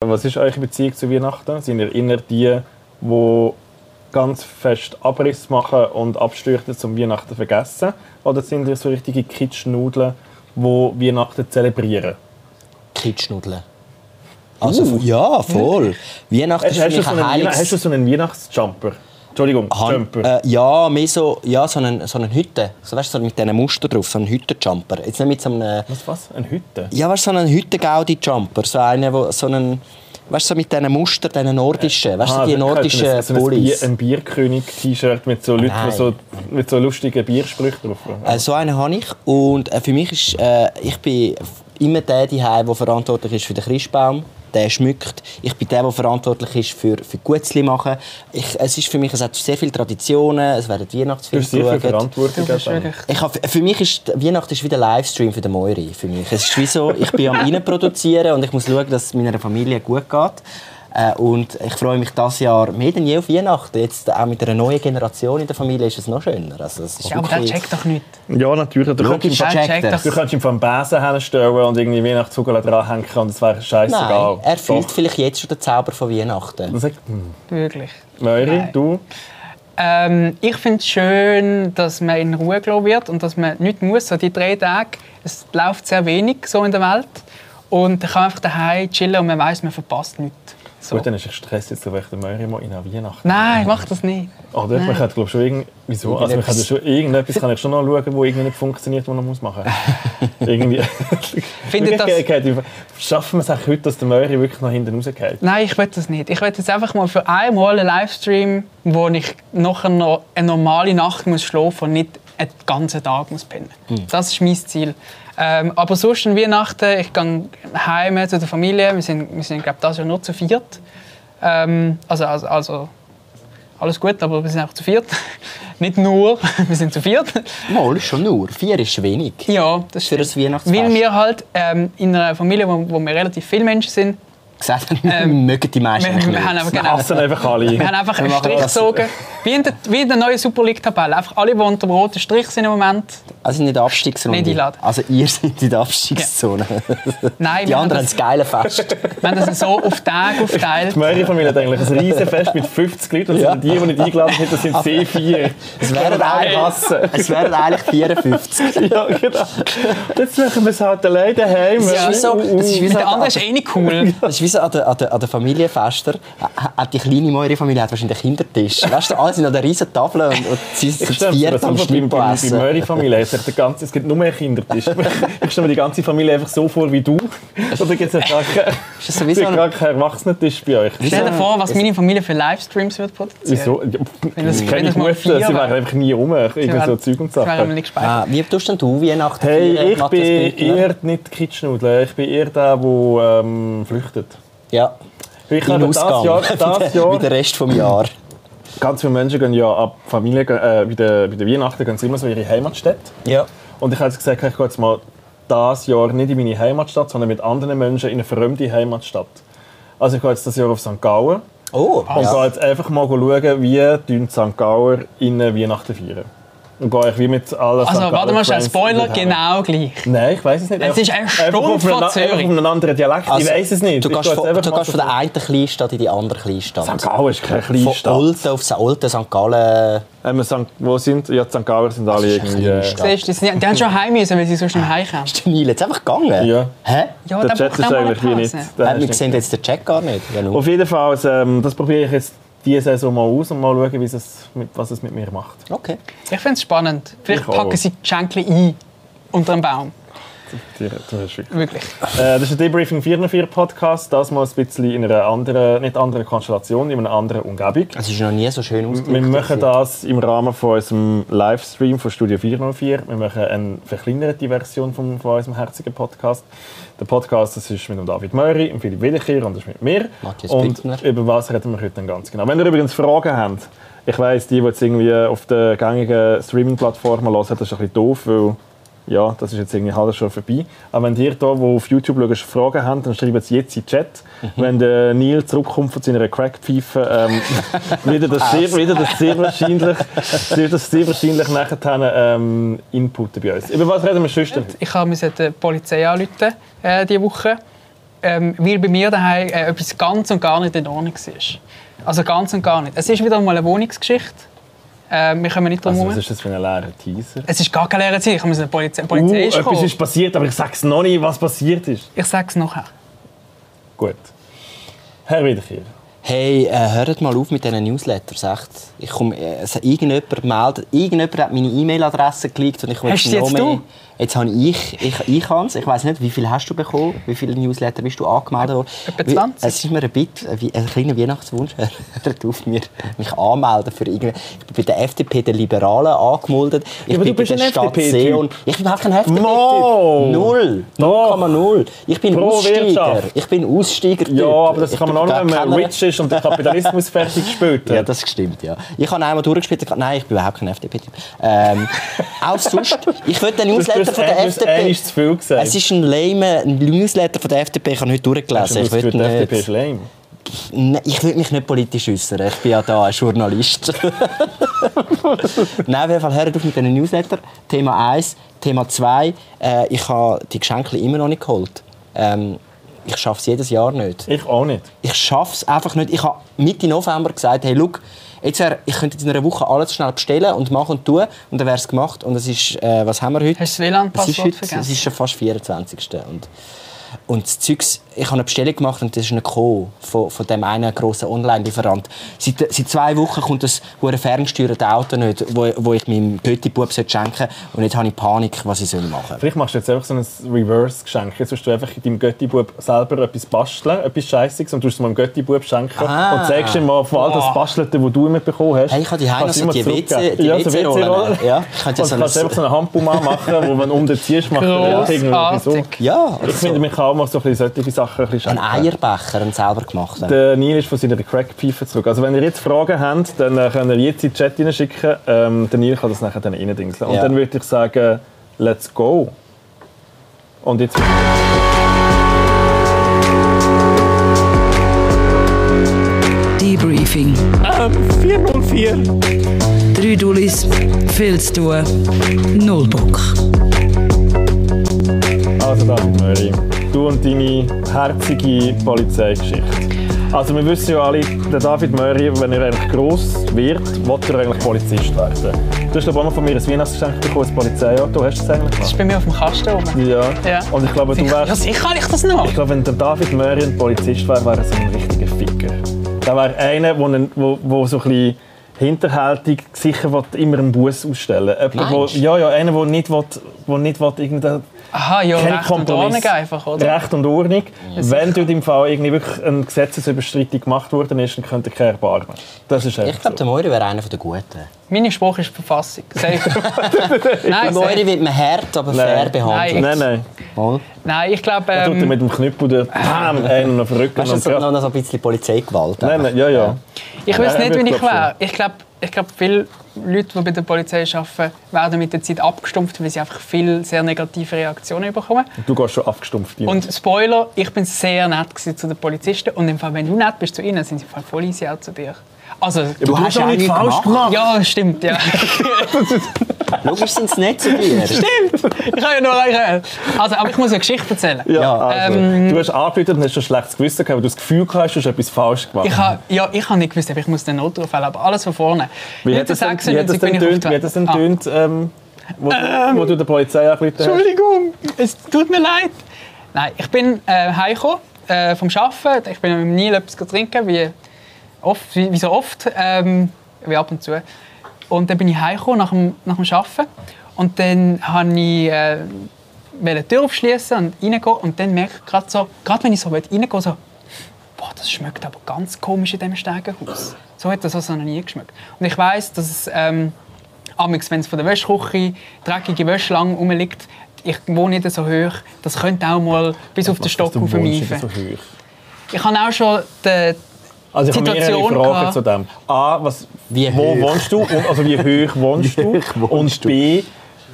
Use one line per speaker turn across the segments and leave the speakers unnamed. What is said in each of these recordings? Weihnachten? Was ist eure Beziehung zu Weihnachten? Sind ihr eher die, die ganz fest Abriss machen und abstürzen, zum Weihnachten vergessen? Oder sind ihr so richtige Kitschnudeln, die Weihnachten zelebrieren?
Kitschnudeln. Also,
Uh, ja, voll. Hm. Weihnachten
Hast,
ist für
hast, du
mich
so
ein
einen, Weihn-
heiliges...
hast du so einen Weihnachtsjumper? Entschuldigung,
Han,
Jumper.
äh, ja, mehr so, ja, so einen, so einen Hütte. So, weißt, du, so mit diesen Muster drauf, so einen Hüttenjumper. Jetzt nicht mit so einem...
was, was? Ein Hütte?
Ja, weißt, du, so einen Hüttengaudi-Jumper. So einen, wo, so einen... Weißt du, so mit diesen Muster, diesen nordischen. Weißt du,
Ah,
die
dann könnte man
nordischen
so ein, Bier,
Pullis.
ein Bierkönig-T-Shirt mit so Leuten, die
Nein.
so, mit so lustigen Biersprüchen drauf haben.
Äh, so einen habe ich. Und äh, für mich ist, äh, ich bin immer der daheim, der verantwortlich ist für den Christbaum. Der schmückt. Ich bin der, der verantwortlich ist für, für Gutzli machen. Ich, es ist für mich, es hat sehr viele Traditionen, es werden
Du
Weihnachtsfilme
hast sehr viel
geschaut.
Verantwortung.
Du bist
auch dann.
wirklich-
Ich hab, für mich ist Weihnachten ist wie der Livestream für den Moiri. Für mich. Es ist wie so, ich bin am Reinproduzieren und ich muss schauen, dass es meiner Familie gut geht. Äh, und ich freue mich dieses Jahr mehr denn je auf Weihnachten. Jetzt auch mit einer neuen Generation in der Familie ist es noch schöner. Also, es ist
Ja, aber der
wirklich-
checkt doch nicht.
Ja, natürlich. Du
Logisch,
könntest,
Der
checkt
checkt
er.
doch-
du könntest ihm vom Besen herstellen und irgendwie Weihnachtskugel dranhängen und es wäre scheißegal.
Nein, er fühlt
Doch.
vielleicht jetzt schon den Zauber von Weihnachten.
Dann sagt, hm,
Wirklich.
Möri,
Nein.
du?
Ähm, ich finde es schön, dass man in Ruhe gelassen wird und dass man nichts muss. So die drei Tage, es läuft sehr wenig so in der Welt. Und ich kann einfach daheim chillen und man weiß, man verpasst nichts. So.
Gut, dann ist es Stress jetzt, vielleicht den Möri mal in an Weihnachten.
Nein, ich mache das nicht.
Oder? Man
Nein.
kann, glaube schon irgend... Wieso? Also, man kann ja schon irgendetwas kann ich schon noch schauen, wo irgendwie nicht funktioniert, was man muss machen muss. irgendwie...
Findet das-
das... Schaffen wir es auch heute, dass der Möri wirklich noch hinten rausgeht?
Nein, ich will das nicht. Ich will jetzt einfach mal für einmal einen Livestream, wo ich nachher noch eine normale Nacht muss schlafen und nicht einen ganzen Tag muss pennen.
Hm.
Das ist mein Ziel. Ähm, aber sonst an Weihnachten, ich gehe heim zu der Familie. Wir sind, wir sind glaube ich, das Jahr nur zu viert. Ähm, also, also, also alles gut, aber wir sind auch zu viert. nicht nur, wir sind zu viert.
Mal ist schon nur. Vier ist wenig.
Ja, das
Für
stimmt.
ein Weihnachtsfest.
Weil wir halt ähm, in einer Familie, wo, wo wir relativ viele Menschen sind,
gesagt haben, mögen die meisten
Ähm, wir,
nicht.
wir haben einfach
Wir
genau,
hassen einfach alle.
Wir haben einfach einen
machen
Strich
das.
gezogen. Wie in, der, wie in der neuen Super League-Tabelle. Einfach alle, die unter dem roten Strich sind im Moment.
Also in der Abstiegsrunde.
Nicht einladen.
Also ihr seid in der Abstiegszone.
Nein,
Die
wir, haben
anderen haben
das,
das geile Fest.
wir haben das so auf Tage aufteilt.
Die Möri-Familie hat eigentlich ein Riesenfest mit 50 Leuten. Das
Ja.
sind die, die nicht eingeladen sind, das sind C4.
Es wären eigentlich,
hassen.
es wären eigentlich 54.
ja, genau. Jetzt machen wir es halt alleine daheim.
Das ist wie so, das ist wie so,
Der andere ist eh nicht cool.
das ist wie so an den, an den, an den Familienfester. H- Hat die kleine Moire Familie hat wahrscheinlich einen Kindertisch. Weißt du, alle sind an der riesen Tafel und, und sie sind zu viert am Schnippo
Die
essen.
Möri-Familie hat sich der ganze, es gibt nur mehr Kindertisch. Ich stelle mir die ganze Familie einfach so vor wie du. Oder gibt es gar keinen
Ist das so wie so
es gibt
ein,
gar keinen Erwachsenentisch bei euch?
Stell dir vor, was meine Familie für Livestreams wird produzieren.
Wieso? Ja,
Wenn das-
das
wenn
kenne ich
das mal
gut. Sie
vier wäre.
wären einfach nie rum. Irgendwie so Zeug und
Das wäre mir
Sachen.
nicht gespeichert.
Ah, wie tust denn du Weihnachten feiern,
Hey, ich
Matthias
bin
Birkner?
eher nicht Kitschnudel. Ich bin eher der, der ähm, flüchtet.
Ja.
Ich
in
habe das
Ausgang.
Jahr,
wie,
das
der, wie
Jahr
der Rest vom Jahr.
ganz viele Menschen gehen ja ab Familie, gehen, äh, bei, der, bei der Weihnachten gehen sie immer so in ihre Heimatstätte.
Ja.
Und ich habe jetzt gesagt, ich gehe jetzt mal das Jahr nicht in meine Heimatstadt, sondern mit anderen Menschen in eine fremde Heimatstadt. Also ich gehe jetzt das Jahr auf St. Gallen
Oh,
Ah,
und gehe
ja.
jetzt einfach mal schauen, wie tun die St. Gauer in Weihnachten feiern. Und gehe ich wie mit allen
also,
St. Gallen
warte mal, schnell,
Friends
Spoiler,
dorthin.
genau gleich.
Nein, ich weiß es nicht.
Es ist eine
Einfach-
Stunde
einfach auf einen-
von Zürich.
Einfach auf einen anderen Dialekt, ich weiß es nicht.
Also,
Ich
Du gehst
gehe jetzt
von,
einfach
du
mal
gehst von
so-
der einen Kleinstadt in die andere Kleinstadt.
St. Gallen ist keine kleine
Von
Stadt.
Olten auf St. Olten, St. Gallen.
Ähm, St. Wo sind? Ja, die St. Gauer sind alle
ist eine
irgendwie...
kleine
äh,
Stadt.
Siehst du, die sind- die haben schon heim müssen, weil sie sonst nicht heimkommen.
Ist der Neil jetzt einfach
Ja.
gegangen? Hä?
Ja,
Ah. Der
Oh, dann
Chat
braucht
ist
er mal eine
eigentlich wie nicht.
Pause.
der
Äh,
ist
wir
nicht-
sehen jetzt den Check gar nicht. Ja, nur.
Auf jeden Fall, ähm, das probiere ich jetzt diese Saison mal aus und mal schauen, wie es mit, was es mit mir macht.
Okay.
Ich finde es spannend. Vielleicht
Ich auch.
packen sie die Schenkli ein. Unter einem Baum.
Die- das ist wirklich-
Wirklich.
Äh, das ist der Debriefing 404 Podcast, das mal ein bisschen in einer anderen, nicht anderen Konstellation, in einer anderen Umgebung.
Es ist noch nie so schön
Wir
ausgedrückt.
machen das im Rahmen von unserem Livestream von Studio 404. Wir machen eine verkleinerte Version vom, von unserem herzigen Podcast. Der Podcast das ist mit dem David Möri, dem Philipp Wiederkehr und das ist mit mir.
Matthias
und
Bittner.
über was reden wir heute dann ganz genau. Wenn ihr übrigens Fragen habt, ich weiss, die, die jetzt irgendwie auf den gängigen Streaming-Plattformen hören, das ist ein bisschen doof, weil ja, das ist jetzt irgendwie halb schon vorbei. Aber wenn ihr da, wo auf YouTube schaut, Fragen habt, dann schreibt es jetzt in den Chat.
Mhm.
Wenn der Neil zurückkommt von seiner Crackpfeife, ähm, wieder das sehr, wieder das sehr wahrscheinlich, wird das sehr wahrscheinlich nachher ähm, inputen bei uns. Über was reden wir sonst denn?
Ich habe mir die Polizei anrufen äh, diese Woche. ähm, weil bei mir daheim äh, etwas ganz und gar nicht in Ordnung war. Also ganz und gar nicht. Es ist wieder mal eine Wohnungsgeschichte. Äh, wir kommen nicht drum
Also,
herum.
was ist das für ein leerer Teaser?
es ist gar keine leere Zeit. Ich muss eine Polizei,
Uh,
Polizei ist
etwas
gekommen.
ist passiert, aber ich sag's noch nicht, was passiert ist.
Ich sage es nachher.
Gut. Herr Wiederkehr.
Hey, äh, hört mal auf mit diesen Newsletters, echt. Ich komm, äh, also irgendjemand meldet, irgendjemand hat meine E-Mail-Adresse geleakt und ich komme
Hast
jetzt
jetzt
Namen-
du?
Jetzt habe ich, ich, ich hans ich weiß nicht, wie viel hast du bekommen, wie viele Newsletter bist du angemeldet worden?
Etwa
Wie-
20.
Es ist mir ein, bit, ein, wie- ein kleiner Weihnachtswunsch, hört auf, mir, mich anmelden für irgendwie. Ich bin bei der FDP der Liberalen angemeldet. Ich
aber
bin
du bist
bei der
ein
Stadt
FDP -Typ.
Seon. Ich bin überhaupt kein FDP-Typ.
Mo!
Null.
Doch.
0,0. Ich bin
Pro
Aussteiger.
Wirtschaft.
Ich bin Aussteiger.
Ja, aber das
Ich
kann man
bin
auch noch,
gar
wenn man
keiner.
rich ist und den Kapitalismus fertig gespielt hat.
Ja, das stimmt, ja. Ich habe einmal durchgespielt, ich- nein, ich bin überhaupt kein FDP-Typ. Ähm, auch sonst, ich will den
Das- das-
Newsletter von der
das- das-
FDP.
das ist zu viel gesagt.
Es ist ein lame ein Newsletter von der FDP, ich habe heute
Hast du
durchgelesen. Ich
gewusst,
will,
die FDP ist
nicht,
lame.
Nein, ich will mich nicht politisch äußern, ich bin ja da ein Journalist. nein, auf jeden Fall hört auf mit diesen Newsletter. Thema 1, Thema 2, äh, ich habe die Geschenke immer noch nicht geholt. Ähm, ich schaffe es jedes Jahr nicht
Ich auch nicht.
ich schaffe es einfach nicht. Ich habe Mitte November gesagt, hey, look, jetzt wär, ich könnte jetzt in einer Woche alles schnell bestellen und machen und tun und dann wäre es gemacht. Und es ist, äh, was haben wir heute?
Hast du das WLAN
Es ist
Passwort
heute,
vergessen?
Es ist schon fast 24. Und, und das Zeugs, ich habe eine Bestellung gemacht und das ist eine Co. von, von dem einen grossen Online-Lieferant. Seit, seit zwei Wochen kommt das hure ferngesteuerte Auto nicht, wo, wo ich meinem Pötti-Bub schenken sollte. Und jetzt habe ich Panik, was ich soll machen soll.
Vielleicht machst du jetzt einfach so ein Reverse-Geschenk. Jetzt musst du einfach deinem Göttibub selber etwas basteln, etwas Scheissiges, und tust es mal dem Göttibub schenken
Ah.
und zeigst ihm mal von all das
Boah.
Bastelte, das du immer bekommen hast.
Hey, ich habe die Heim noch
kannst du
so
immer
die WC,
zurückgeben.
die
ja, also so
WC-Rollen.
WC-Rollen.
Ja, ich könnte
Und
ja so
du Also, kannst
ein-
einfach so einen Handbaum anmachen, wo wenn du um umziehst, macht er irgendwie
Grossartig.
Ja, oder
Ich finde,
so.
man kann auch mal so ein bisschen solche Sachen ein bisschen
Ein
schenken.
Eierbecher, einen selber gemacht.
Der Neil ist von seiner Crackpfeife zurück. Also wenn ihr jetzt Fragen habt, dann äh, könnt ihr jetzt in den Chat hineinschicken. Ähm, der Neil kann das nachher dann reindingseln. Und
Ja.
dann würde ich sagen, let's go. Und jetzt...
Debriefing.
404.
Drei Dullis, viel zu tun, null Bock.
Also dann, Möri, du und deine herzige Polizeigeschichte. Also wir wissen ja alle, der David Möri, wenn er eigentlich gross wird, will er eigentlich Polizist werden. Du hast glaube ich auch mal von mir ein Weihnachtsgeschenk bekommen, ein Polizeiauto. Hast du das eigentlich gemacht?
Das ist bei mir auf dem Kasten oben.
Ja.
Ja.
Und ich glaube, du
Sicher-
wärst...
Ja, sicher kann ich das noch.
Ich glaube, wenn der David Möri ein Polizist wäre, wäre er so ein richtiger Ficker. Der wäre einer, der einen- wo, wo so ein bisschen hinterhältig sicher will, immer einen Bus ausstellen Jemand, wo,
Meinst du?
Ja, ja, einer, der nicht, will, wo nicht will, irgendein
Aha, ja,
kein
recht und
Kompromiss.
Ordnung einfach, oder?
Recht und Ordnung. Wenn dort im Fall irgendwie wirklich eine Gesetzesüberschreitung gemacht worden ist, dann könnte er keiner erbarmen. Das ist
Ich
einfach
glaube, der Moiri wäre einer der Guten.
Meine Sprache ist die Verfassung. Safe.
Der
nein,
Moiri
safe.
wird man hart, aber
Nein.
fair behandelt.
so. Nein, nein.
Mal.
nein, ich glaube.
Er tut er
Ähm, Ah.
mit dem Knüppel dort bam, einen noch verrücken.
Weißt du, das
und
ist noch so ein bisschen Polizeigewalt.
Nein, nein, ja, ja.
Ich weiß
Nein,
nicht,
aber
wie
ich
ich
glaub
wäre. Ich glaube, ich glaub, viele Leute, die bei der Polizei arbeiten, werden mit der Zeit abgestumpft, weil sie einfach viel sehr negative Reaktionen bekommen.
Du gehst schon abgestumpft rein.
Und Spoiler, ich bin sehr nett gewesen zu den Polizisten und im Fall, wenn du nett bist zu ihnen, sind sie im Fall voll easy auch zu dir. Also,
Du
hast ja nichts gemacht.
ja, stimmt, ja.
Logisch sind es nicht zu dir.
stimmt! Ich kann ja nur eine. Also, aber ich muss eine Geschichte erzählen.
Ja,
Ja,
also,
ähm,
du hast angerufen und hast schon schlechtes Gewissen gehabt, weil du das Gefühl gehabt hast, du hast etwas falsch gemacht.
Ich habe ja, ich hab nicht gewusst, ob ich muss den Notruf wählen aber alles von vorne.
wie hat es denn, wie hat es
1996
denn
bin ich auf
tönt,
die-
wie hat es denn
Ah. Ähm,
tönt, ähm, wo, wo du der Polizei angerufen hast?
Entschuldigung, es tut mir leid. Äh, Nein, ich bin äh, heimgekommen äh, vom Arbeiten. Ich bin mit dem Nil etwas trinken, wie, oft, wie, wie so oft, ähm, wie ab und zu. Und dann bin ich heimgekommen nach dem, nach dem Arbeiten. Und dann habe ich äh, wollte die Tür aufschließen und reingehen. Und dann merke ich gerade so, gerade wenn ich so reingehen will, so, boah, das schmeckt aber ganz komisch in diesem Stegenhaus. So hat das also noch nie geschmeckt. Und ich weiss, dass es, ähm, Amix, wenn es von der Wäschküche dreckige Wäsche lang rumliegt, ich wohne nicht so hoch, das könnte auch mal bis auf den Stock
Du
auf
wohnst nicht so
mich
hoch.
Ich habe auch schon den
Also ich habe mehrere
Situation
Fragen
gehabt.
zu dem. A, was,
Wie
wo
hoch?
wohnst du? Und, also wie hoch wohnst du? und B,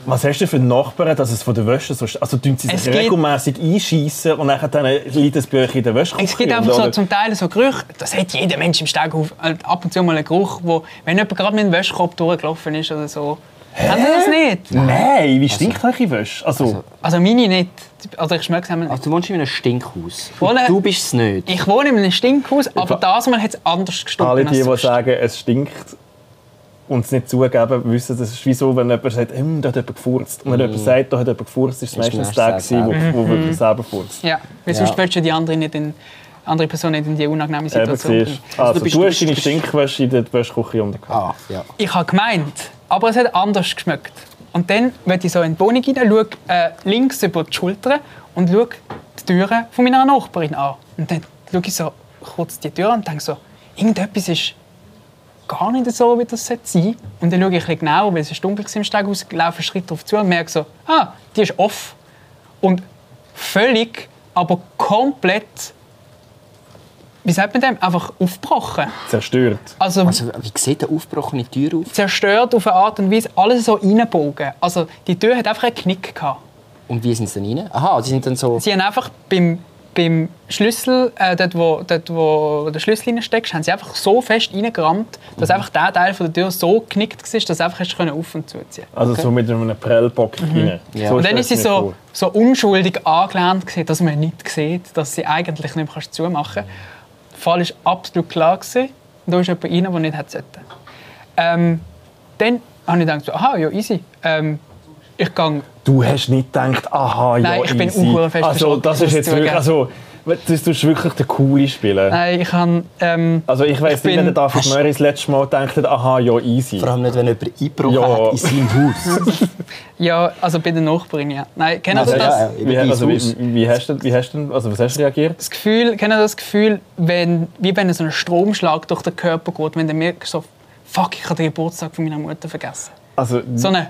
was hast du für Nachbarn, dass es von der Wäsche so... sch- Also tun sie
Es
sich
gibt-
regelmäßig einschiessen und dann dann liegt das bei euch in der Wäsche.
Es gibt einfach so zum Teil so Gerüche, das hat jeder Äh, Mensch im Steg auf, ab und zu mal einen Geruch, wo, wenn jemand gerade mit dem Wäschkorb durchgelaufen ist oder so, Haben Sie das nicht?
Nein, wie stinkt eigentlich Wäsche? Also,
Also meine nicht. Also ich schmecke es einmal nicht.
Also, du wohnst in einem Stinkhaus.
Wolle-
Du bist es nicht.
Ich wohne in einem Stinkhaus, aber
Ich-
das Mal hat es anders gestunken.
alle
als
die, die
sonst.
sagen, es stinkt und es nicht zugeben, wissen, das ist wie so, wenn jemand sagt, «Hm, da hat jemand gefurzt. Und wenn jemand sagt, da hat jemand gefurzt, Mhm. ist es meistens der,
meistens
gewesen, wo, wo
Mhm.
wirklich selber furzt.
Ja, weil
Ja.
sonst willst du die andere, nicht in, andere Person nicht in die unangenehme
Eben,
Situation
siehst
bringen.
du. Also,
bist-
du
du
hast deine
bist-
Stinkwäsche in der Wäschküche untergekommen.
Ah, ja.
Ich habe gemeint, aber es hat anders geschmeckt. Und dann wenn ich so in die Wohnung hinein, schaue äh, links über die Schulter und schaue die Türe von meiner Nachbarin an. Und dann schaue ich so kurz die Tür an und denke so, irgendetwas ist gar nicht so, wie das sein sollte. Und dann schaue ich ein bisschen genauer, weil es ist dunkel war im Steigehaus, laufe einen Schritt drauf zu und merke so, ah, die ist off. Und völlig, aber komplett, wie sagt man dem, einfach aufgebrochen.
Zerstört.
Also,
Also, wie sieht eine aufgebrochene Tür auf?
zerstört auf eine Art und Weise, alles so reingebogen. Also die Tür hat einfach einen Knick gehabt.
Und wie sind sie denn rein? Aha, die sind dann so.
Sie haben einfach beim, beim Schlüssel, äh, dort, wo, dort wo der Schlüssel reinsteckst, haben sie einfach so fest reingerammt, dass
Mhm.
einfach der Teil von der Tür so geknickt war, dass du einfach hast können auf- und zuziehen
Also so mit einem Prellbock rein.
Ja.
So
Mhm. Und dann
stell's
ist sie
mir
so,
vor.
so unschuldig angelehnt, gewesen, dass man nicht sieht, dass sie eigentlich nicht mehr kannst zumachen kann. Der Fall war absolut klar. Gewesen. Und Da ist jemand rein, der nicht hätte sollen. Ähm, dann habe ich gedacht, so, aha, ja, easy. Ähm, ich gehe
Du hast nicht gedacht, aha,
Nein,
ja,
ich bin
easy.
auch fest
Also das
verschrocken,
ist jetzt
muss ich
wirklich, also das tust du wirklich der coole spielen.
Nein, ich habe. Ähm,
Also ich weiß nicht,
Ich bin-
wenn der David Möri das letzte Mal gedacht hat, aha, ja, easy.
Vor allem nicht, wenn jemand Einbruch
Ja.
hat in seinem Haus.
ja, also bei der Nachbarin, ja. Nein, kennt ihr
Also,
das?
ja, ja.
Wie, also, wie, wie hast du, wie hast du, also was hast du reagiert?
Das Gefühl, kennt ihr das Gefühl, wenn, wie wenn so ein Stromschlag durch den Körper geht, wenn du merkst, so, fuck, ich habe den Geburtstag von meiner Mutter vergessen.
Also,
So eine.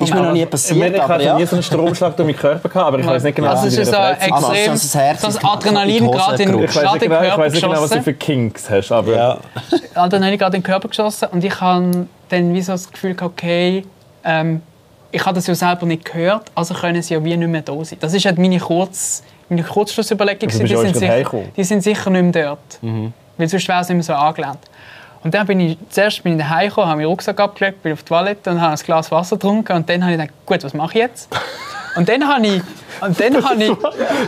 Ist mir noch
ich
nie
meine,
passiert,
ich
aber
hatte
ja.
nie so einen Stromschlag durch meinen Körper gehabt, aber ich weiß nicht genau,
also,
wie der
es ist so ein
Reflex-
Also,
extrem.
so das Herz
so
ist
das
in die- in
Adrenalin
die Hose
gerade in,
gerutscht.
ich weiß nicht
gerade in den
genau, ich
Körper
weiss nicht genau, was du
geschossen.
für Kinks hast, aber
Ja.
Adrenalin gerade in den Körper geschossen. Und ich habe dann wie so das Gefühl, gehabt, okay, ähm, ich habe das ja selber nicht gehört, also können sie ja wie nicht mehr da sein. Das ist halt meine, Kurz, meine Kurzschlussüberlegung.
Also
gewesen.
bist du erst
die, sind
gerade
sicher,
heimgekommen? Mhm.
die sind sicher nicht mehr dort. Weil sonst wäre es nicht mehr so angelernt. Und dann bin ich, zuerst bin ich daheim gekommen, habe meinen Rucksack abgelegt, bin auf die Toilette und habe ein Glas Wasser getrunken. Und dann habe ich gedacht, gut, was mache ich jetzt? Und dann habe ich, und dann habe ich,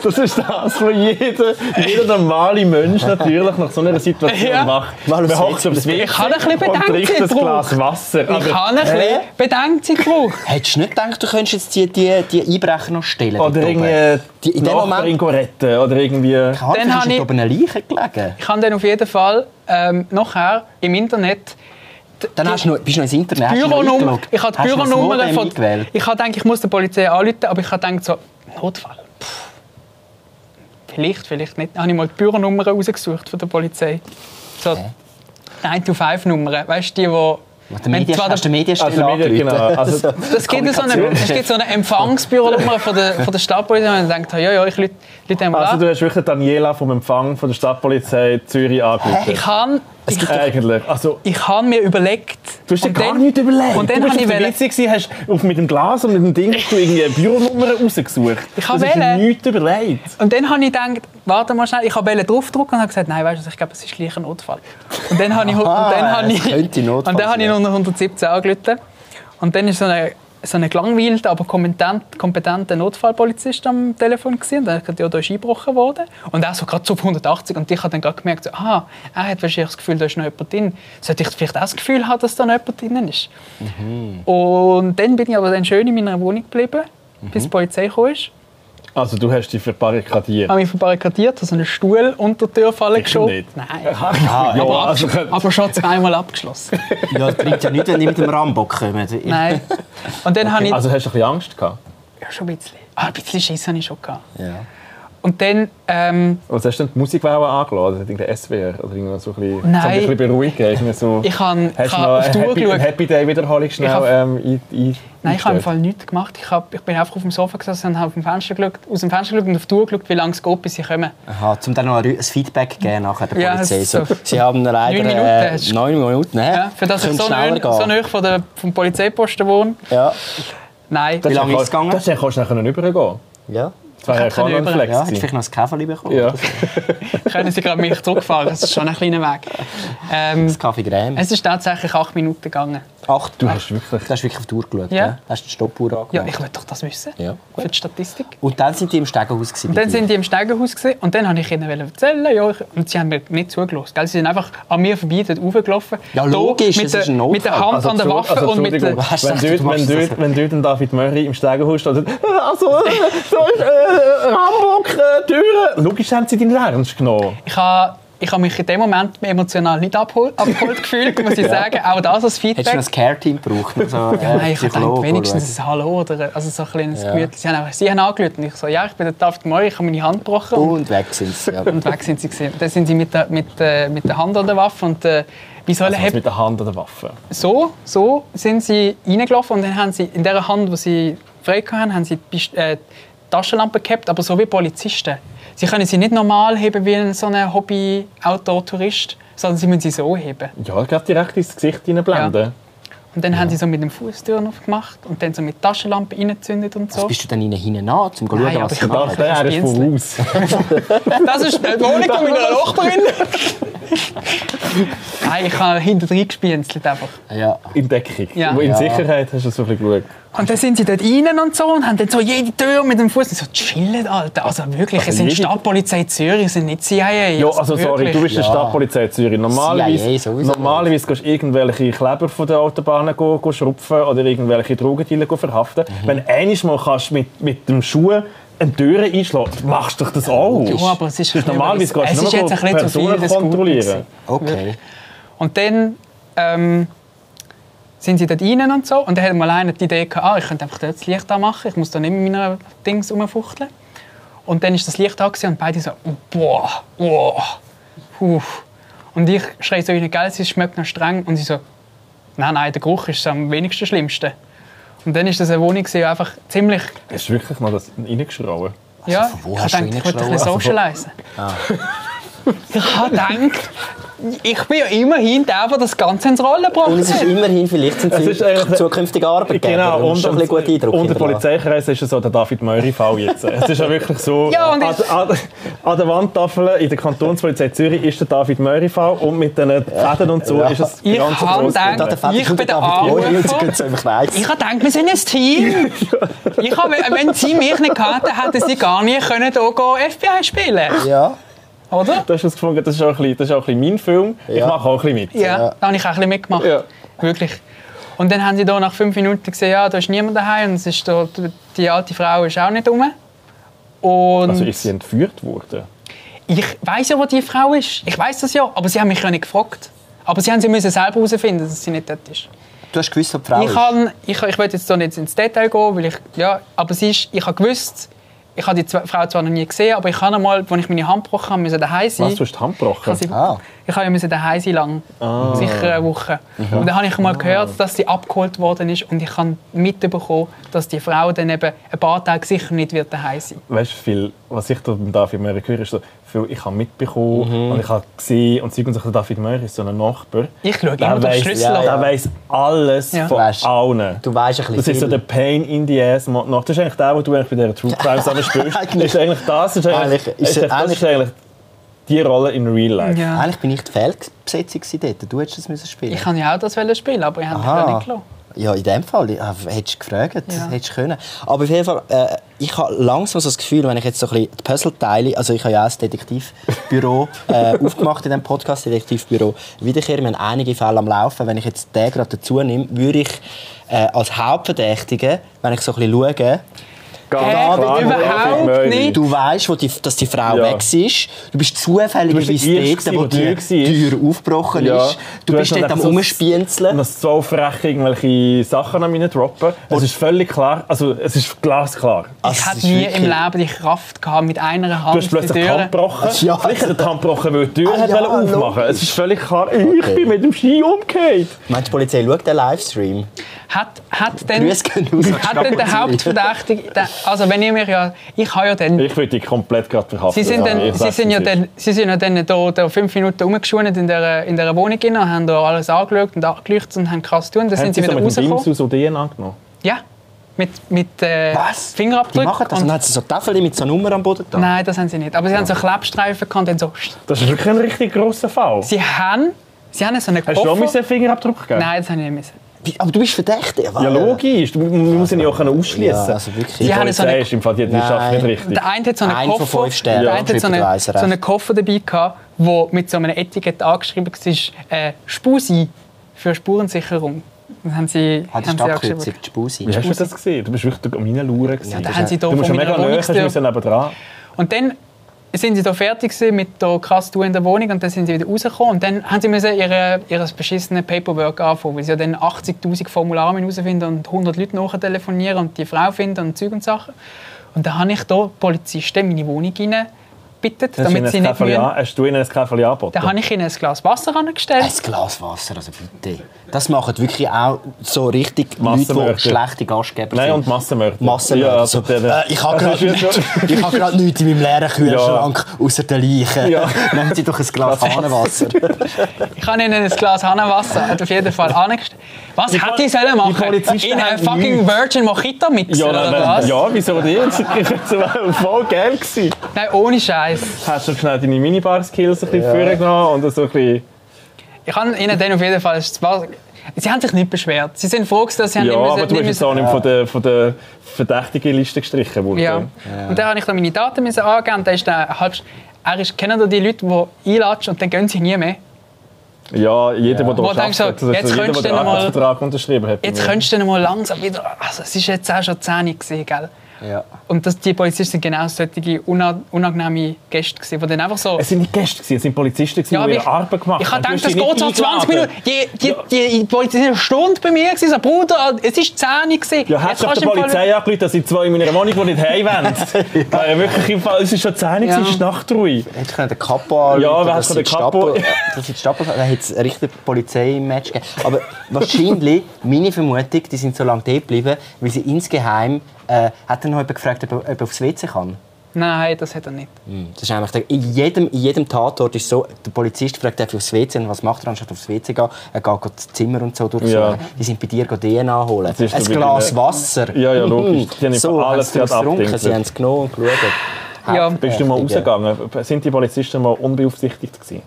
Das ist das, was jeder, jeder normale Mensch natürlich nach so einer Situation
Ja.
macht.
Mal aufs
Man hockt
WC.
aufs WC
Ich habe ein bisschen
und trinkt ein
Bedenkzeit
Glas Wasser.
ich
Aber-
habe ein bisschen Bedenkzeit gebraucht.
Hättest du nicht gedacht, du könntest jetzt die, die, die Einbrecher noch stellen? dort
Oder
oben?
irgendwie
Die- in
die
dem
Nachbarin
Moment-
go retten. Oder irgendwie...
Hart,
Dann
dann hast
habe
du
ich-
oben eine Leiche gelegen.
Ich habe dann auf jeden Fall ähm, nachher im Internet
Dann hast du noch, bist du noch ins Internet. hast du noch
Büronummer.
reingeschaut.
Ich habe die
Hast du noch das
Büronummer
Modem
von.
eingewählt?
Ich habe gedacht, ich muss der Polizei anrufen, aber ich habe gedacht, so, Notfall. Pff. Vielleicht, vielleicht nicht. Dann habe ich mal die Büronummer rausgesucht von der Polizei. So
Okay.
9-to-5-Nummern. Weißt du, die, wo.
Mit der Medien,
zwar
hast du
der-
den Medienstelle
Also, Medien-
angerufen?
genau, also-
So.
es gibt so eine, es gibt so eine Empfangsbüronummer von der, von der Stadtpolizei. Und ich dachte, ja, ja, ich lüte einmal
Also du
an.
hast wirklich Daniela vom Empfang von der Stadtpolizei Zürich angerufen.
Ich habe
Eigentlich. Also,
ich habe mir überlegt.
du hast dir
und
gar
dann-
nichts überlegt.
Und
du
dann
bist
habe ich
auf der
wollen-
WC gewesen, hast auf, mit dem Glas und mit dem Ding hast du irgendwie eine Büronummer rausgesucht.
Ich habe
das ist
wählen.
nichts überlegt.
Und dann habe ich gedacht, warte mal schnell, ich habe Bälle draufgedrückt und habe gesagt, nein, weißt du, was, ich glaube, es ist gleich ein Notfall. Und dann habe ich,
Aha,
und dann habe
es
ich,
könnte ein Notfall
und dann habe ich
sein.
noch 117 angerufen. Und dann ist so eine so ein gelangweilter, aber kompetent, kompetenter Notfallpolizist am Telefon gesehen und dann hat er gesagt, ja, da ist eingebrochen worden. Und er so gerade so auf 180 und ich habe dann gerade gemerkt, so, ah, er hat wahrscheinlich das Gefühl, da ist noch jemand drin. Sollte ich vielleicht auch das Gefühl haben, dass da noch jemand drin ist?
Mhm.
Und dann bin ich aber dann schön in meiner Wohnung geblieben,
Mhm.
bis die Polizei kam.
Also du hast dich verbarrikadiert.
habe mich verbarrikadiert, habe so einen Stuhl unter die Türfalle geschoben.
nicht.
Nein.
ja,
Ah, aber,
also,
abgesch- aber schon zweimal abgeschlossen.
Ja, das bringt ja nichts, wenn die mit dem Rambock kommen. Ich-
Nein. Und dann habe ich
also hast du ein bisschen Angst gehabt?
ja, schon ein bisschen. Ah, ein bisschen Schiss habe ich schon gehabt.
Ja.
Und dann ähm,
Und Also hast du dann die Musikwelle angelassen? Also irgendein SWR? Oder irgendwie so ein bisschen,
Nein.
So ein bisschen beruhigen? Irgendwie so,
Ich habe- ich
hast du
habe
noch
auf die
eine
Uhr
Happy,
geschaut.
eine Happy Day-Wiederholung schnell
habe-
ähm, ein, ein,
Nein, ich habe im
eingestellt?
Fall nichts gemacht. Ich, hab, ich bin einfach auf dem Sofa gesessen und habe auf dem Fenster geschaut, aus dem Fenster geschaut und auf die Uhr geschaut, wie lange es geht, bis sie kommen.
Aha, um dann noch ein Rü- ein Feedback zu geben nachher der
Ja,
Polizei.
so.
So, Sie haben leider
Neun Minuten
äh,
hast du-
neun Minuten. hä?
Ja, für das ich
Könnte
so
schneller
nah,
gehen.
so nah von der, vom Polizeiposten wohne.
Ja.
Nein.
Das
Wie lange
ist
ist es gegangen?
Das kannst du nachher übergehen.
ja.
Zwei Jahre
hab keine
Cornflakes
Überlegt.
Ja, hättest
gewesen.
du vielleicht noch ein Käferli bekommen?
Ja.
können sie gerade mich zurückfahren. Das ist schon ein kleiner Weg. Ähm,
Das Kaffee Crème.
es ist tatsächlich acht Minuten gegangen.
Acht.
Du hast wirklich.
Du hast wirklich auf die Uhr geschaut,
Ja.
gell? Hast die Stoppuhr
Ja,
angeschaut?
ich will doch das wissen.
Ja, gut.
Für die Statistik.
Und dann sind die im Stegenhaus. gewesen
Und
bei
dann
dir.
sind die im Steigerhaus gewesen, und dann habe ich ihnen erzählen, ja, ich, und sie haben mir nicht zugelassen. Gell? Sie sind einfach an mir vorbei dort raufgelaufen.
Ja,
Da
logisch,
mit
das
der,
ist ein Notfall. Also,
Mit der Hand an der
Also Entschuldigung,
Waffe und mit der...
Entschuldigung,
Hast du
wenn
gedacht, du
dort, wenn
machst das
dort, wenn dort ein David Murray im Stegenhaus steht und sagt, also, so ist äh, Rambock, äh, Türen. Logisch haben sie deinen Ernst genommen.
Ich habe, ich habe mich in dem Moment emotional nicht abgeholt, abgeholt gefühlt, muss ich sagen. Auch das
Hättest
als
du
Feedback.
noch ein Care-Team gebraucht? Also,
Nein, ich dachte wenigstens ein Hallo oder also so ein kleines
Ja.
Gemüt. Sie haben, einfach, sie haben angerufen und ich so, ja, ich bin der David Moy, ich habe meine Hand gebrochen. Und,
Und weg sind sie. Ja.
und weg sind sie gewesen. Dann sind sie mit der, mit, der, mit der Hand an der Waffe und äh, wie soll
Also, was
er
mit der Hand an der Waffe.
so, so sind sie reingelaufen und dann haben sie in der Hand, die sie frei hatten, haben sie die Pist- äh, die Taschenlampe gehabt, aber so wie Polizisten. Sie können sie nicht normal heben wie ein so ein Hobby-Outdoor-Tourist, sondern sie müssen sie so heben.
Ja, gerade direkt ins Gesicht reinblenden.
Und dann haben sie so mit dem Fuß Türen aufgemacht und dann so mit Taschenlampe reingezündet und
Was
so.
bist du dann ihnen hinein an, um zu schauen,
Nein, aber
was
ich
sie
dachte-
Dachte
machen?
er, er ist voraus.
Das ist die Wohnung von meiner Nachbarin. Nein, ich habe hinter drin gespienzelt einfach.
Ja.
In Deckung.
Ja.
Wo in
Ja.
Sicherheit hast du so viel Glück.
Und dann sind sie dort rein und so und haben dann so jede Tür mit dem Fuß. So chillen, Alter. Also wirklich, es sind
jede-
Stadtpolizei Zürich, es sind nicht CIA.
Ja, also sorry,
wirklich.
du bist
Ja.
der Stadtpolizei Zürich.
CIA
Normalerweise,
sowieso.
normalerweise gehst du irgendwelche Kleber von der Autobahn go, go schrupfen oder irgendwelche Drogendealer go verhaften.
Mhm.
Wenn einiges mal kannst mit, mit dem Schuh eine Tür einschlagen, machst du doch das auch.
Ja, aber es ist, ein bisschen
Normalerweise
übers-
gehst
es
du
ist
nur
jetzt ein
go
bisschen zu viel
Personen
des Guten
kontrollieren.
gewesen.
Okay.
Und dann ähm, sind sie dort rein und so. Und dann hat mal einer die Idee gehabt, ah, ich könnte einfach dort das Licht anmachen, ich muss da nicht mit meiner Dings rumfuchteln. Und dann ist das Licht an gewesen und beide so, oh, boah, boah, uff. Und ich schreie so ihnen, gell, es schmeckt noch streng. Und sie so, nein, nein, der Geruch ist am wenigsten schlimmste. Und dann ist das eine Wohnung, die einfach ziemlich,
Hast du wirklich mal das reingeschrauben?
ja,
Also von wo
ich
hast du Ah.
habe gedacht, ich wollte ein bisschen
reingeschlagen?
socialisen. Ich habe gedacht, ich bin ja immerhin der, der das Ganze ins Rollen gebracht
Und es
hat.
ist immerhin, vielleicht sind
Es
sie
ist eigentlich-
zukünftige Arbeitgeber. Da
Genau,
musst
und,
du schon
und,
ein bisschen guten Eindruck
und der
hinterlassen.
Polizeikreis ist ja so der David Möri-Fall jetzt. es ist ja wirklich so,
Ja,
an,
und ich-
an, an der Wandtafel in der Kantonspolizei Zürich ist der David Möri-Fall und mit den Fäden und so
Ja.
ist es
Ich
ganz
kann
gross
denken-
geworden.
der Vater
Ich
kommt Oh,
bin der
David Moyer
Anrufer.
und sie gehen zu einem Kreis.
Ich habe gedacht, wir sind ein Team. Ich habe, wenn sie mich nicht gehabt hätten, hätten sie gar nicht können hier gehen FBI spielen
Ja.
Oder?
Du hast das gefunden, das ist auch ein bisschen, das ist auch ein bisschen mein Film. Ich
Ja.
mache auch ein bisschen mit.
Ja, da habe ich auch ein bisschen mitgemacht.
Ja.
Wirklich. Und dann haben sie da nach fünf Minuten gesehen, ja, da ist niemand daheim und es ist da, die alte Frau ist auch nicht rum. Und
Also ist sie entführt worden.
ich weiß ja, wo die Frau ist. Ich weiß das ja, aber sie haben mich ja nicht gefragt. Aber sie haben sie müssen selber herausfinden, dass sie nicht dort ist.
Du hast gewusst, ob die Frau
Ich, kann, ich, ich will jetzt so nicht ins Detail gehen, weil ich, ja, aber sie ist, ich habe gewusst, ich habe die zwei, Frau zwar noch nie gesehen, aber ich habe einmal, als ich meine Hand gebrochen habe, musste daheim sein.
Was, du hast die Hand gebrochen?
Ich,
Ah.
habe sie- ich habe ja müssen daheim sein lang, sicher eine Woche.
Mhm.
Und dann habe ich mal
Ah.
gehört, dass sie abgeholt worden ist und ich habe mitbekommen, dass die Frau dann eben ein paar Tage sicher nicht wird daheim sein.
Weißt du, viel, was ich da beim David Möri höre, ist so, viel, ich habe
Mhm.
mitbekommen und ich habe gesehen und Zeug und so, der David Möri ist so ein Nachbar.
Ich schaue
Der
immer durch
weiss-
den Schlüssel.
ja,
an.
Der weiss alles
Ja.
von
Weisst-
allen.
Du weißt ein bisschen
Das ist so
viel.
der Pain in the ass Mod noch. Das ist eigentlich der, wo du eigentlich bei dieser True Crime Sache spielst.
Eigentlich.
ist eigentlich das, ist eigentlich,
Eigentlich ist
ist
er-
eigentlich, das ist eigentlich die Rolle in Real Life.
Ja.
Eigentlich bin ich die Fehlbesetzung gewesen dort. Du hättest das müssen spielen
Ich kann ja auch das spielen, aber ich habe mich
Aha.
ja nicht gelassen.
Ja, in dem Fall. Ja, Hättest du gefragt,
Ja.
hättest du können. Aber auf jeden Fall, äh, ich habe langsam so das Gefühl, wenn ich jetzt so ein bisschen die Puzzleteile, also ich habe ja auch das Detektivbüro äh, aufgemacht in diesem Podcast, Detektivbüro Wiederkehr, wir haben einige Fälle am Laufen. Wenn ich jetzt den gerade dazu nehme, würde ich äh, als Hauptverdächtiger, wenn ich so ein bisschen schaue, Ah,
Ganz
Äh,
klar,
überhaupt
David Moyes.
nicht.
Du weißt, wo die, dass die Frau
Ja.
weg ist. Du bist
Du bist
zufälligerweise
der
dort, wo
Erste,
die
der dort
Tür aufgebrochen
Ja.
ist. Du,
Du hast
bist
noch
dort am
so-
Umspienzeln.
Noch so frech irgendwelche Sachen an mir droppen. Es ist völlig klar, also es ist glasklar.
Also,
ich
es
hatte
ist
nie
wirklich-
im Leben die Kraft gehabt, mit einer
Du
Hand
hast plötzlich die Hand gebrochen.
Ja.
Vielleicht hat er die Hand gebrochen, weil die Tür
Ah,
hat
ja,
wollte aufmachen
logisch.
Es ist völlig klar, ich
Okay.
bin mit dem Ski umgekehrt.
Meinst du, die Polizei schaut den Livestream?
hat, hat dann,
Grüße gehen raus an die
hat dann der
Stadt
Hauptverdächtige, der, also wenn ich mich ja, ich habe ja dann,
Ich würde dich komplett gerade verhaften.
sie sind,
Ja,
dann,
ich
sie
sag's,
sind ja
es ist-
dann, sie sind ja dann da, da fünf Minuten rumgeschwunden in der, in der Wohnung rein, und haben da alles angeschaut und angeleuchtet und haben krass zu tun, dann
Haben
sind sie
so
wieder
mit dem
rausgekommen.
Bimsus und DNA genommen?
Ja, mit, mit äh,
Was? Die
Fingerabdrücken.
machen das. Und
und-
dann hat sie so Tafeln mit so einer Nummer am Boden da.
Nein, das haben sie nicht. Aber sie haben so Klebstreifen gehabt und dann so.
Das ist wirklich ein richtig grosser Fall.
Sie haben, sie haben so einen
Hast du schon mal einen Fingerabdruck gegeben?
Nein, das habe ich nicht müssen.
Wie- Aber du bist verdächtig.
Ja, logisch. Du man muss ihn ja auch ausschließen.
Ja, also wirklich.
Die
Die haben
Polizei
so eine-
ist im Fall, die, die
Nein.
schafft nicht richtig.
Der eine hat so einen
Ein von
Koffer,
fünf Sternen,
der eine hat so einen,
Typenweiser,
so einen Koffer dabei gehabt, wo mit so einem Etikett angeschrieben war, äh, Spusi für Spurensicherung. Dann haben sie,
Hat Ah, die
haben sie
Abkürzung,
angeschrieben.
die Spusi.
Wie hast du das gesehen? Du bist wirklich am Reinlauren. Ja,
da haben sie da
du musst schon
von
mega
meiner Wohnung
nahe, hast du
gesehen.
müssen nebenan.
Und dann sind sie da fertig gewesen mit der krass Tour in der Wohnung und dann sind sie wieder rausgekommen und dann haben sie müssen ihre, ihres beschissenen Paperwork anfangen, weil sie ja dann 80'000 Formulare müssen herausfinden und 100 Leute nachher telefonieren und die Frau finden und Zeug und Sachen. Und dann habe ich da Polizisten in meine Wohnung gebeten,
Hast du ihnen
damit sie
ein
nicht
Käferli
müssen.
an- Hast du ihnen ein Käferli angeboten?
Dann habe ich ihnen ein Glas Wasser
Ein
angestellt.
Glas Wasser, also bitte. Das machen wirklich auch so richtig Leute,
Massenmörder.
die schlechte Gastgeber
Nein,
sind.
und Massenmörder.
Massenmörder.
Ja, also
so,
der-
äh,
der-
ich habe
das
gerade
ist wieder so-
nichts ich hab grad nichts in meinem leeren Kühlschrank, außer der Leiche.
Ja.
Nehmen Sie doch ein Glas Hahnenwasser.
Ich habe ihnen ein Glas Hanenwasser hat auf jeden Fall angestellt. Was
Die
hätte
Pol-
ich sollen machen?
die Polizisten
In einen
haben
fucking
nichts.
Virgin Mojito mixen
Ja,
oder
nein, nein,
was?
ja, wieso nicht? Das war voll geil. Gewesen.
Nein, ohne Scheiß.
Hast du schnell deine Minibar-Skills ein bisschen vorgenommen und so ein bisschen...
Ich habe ihnen dann auf jeden Fall... es war- Sie haben sich nicht beschwert. Sie sind froh, gewesen, dass sie haben
Ja,
nicht müssen-
aber du
nicht
hast jetzt
müssen-
auch nicht von der, von der verdächtigen Liste gestrichen worden.
ja. Und dann habe ich dann meine Daten müssen angeben und dann ist der halb... Er ist, kennen da die Leute, die einlatschen und dann gehen sie nie mehr.
Ja, jeder, der
Wo
dort
denkst du,
arbeitet, also
jetzt
jeder,
könntest
der
du
den
noch mal-
Arbeitsvertrag unterschrieben hat.
Jetzt könntest du dann mal langsam wieder... Also es ist jetzt auch schon 10 Uhr gewesen, gell?
Ja.
Und das, die Polizisten sind genau solche una- unangenehme Gäste gewesen, die dann einfach so...
Es sind nicht Gäste, gewesen, es sind Polizisten, gewesen, die
aber
ihre Arbeit gemacht
Ich habe
haben. Du
gedacht, das
hast
geht
die
so
nicht
20 Minuten.
eingeladen.
Die, die, die, die Polizei war eine Stunde bei mir. Gewesen, so, Bruder, es war 10 Uhr. gewesen.
Ja,
Jetzt
hast du
kannst
der
du im Fall-
Polizei angerufen, dass sie zwei in meiner Wohnung, die nicht heim wollen? ja. ja, wirklich, im Fall, es ist schon 10 Uhr,
Ja.
es ist nachtruhig.
Hättest du können den Kapo anrufen,
Ja, wer
dass
hat
sie
den
die
Kapo-
Stapel- dass sie die Stapel... Dann hätte es richtig Polizei-Match gegeben. Aber wahrscheinlich, meine Vermutung, die sind so lange dort geblieben, weil sie insgeheim... Äh, hat dann noch jemand gefragt, ob, er- ob er aufs WC kann?
Nein, das hat er nicht.
Hm, Das ist eigentlich der, in, jedem, in jedem Tatort ist so, der Polizist fragt, darf ich aufs WC und was macht er, anstatt aufs WC gehen? Er geht gerade das Zimmer und so durchsuchen.
Ja.
Die sind bei dir go DNA holen.
Das ist
Ein
so wie
Glas
eine-
Wasser.
Ja, ja, logisch.
Mhm.
Die haben
so,
einfach
alles
alles
sie haben es
gerade
getrunken, sie
abgedeckt.
haben es genommen und geschaut.
Ja.
Bist du mal rausgegangen? Sind die Polizisten mal unbeaufsichtigt gewesen?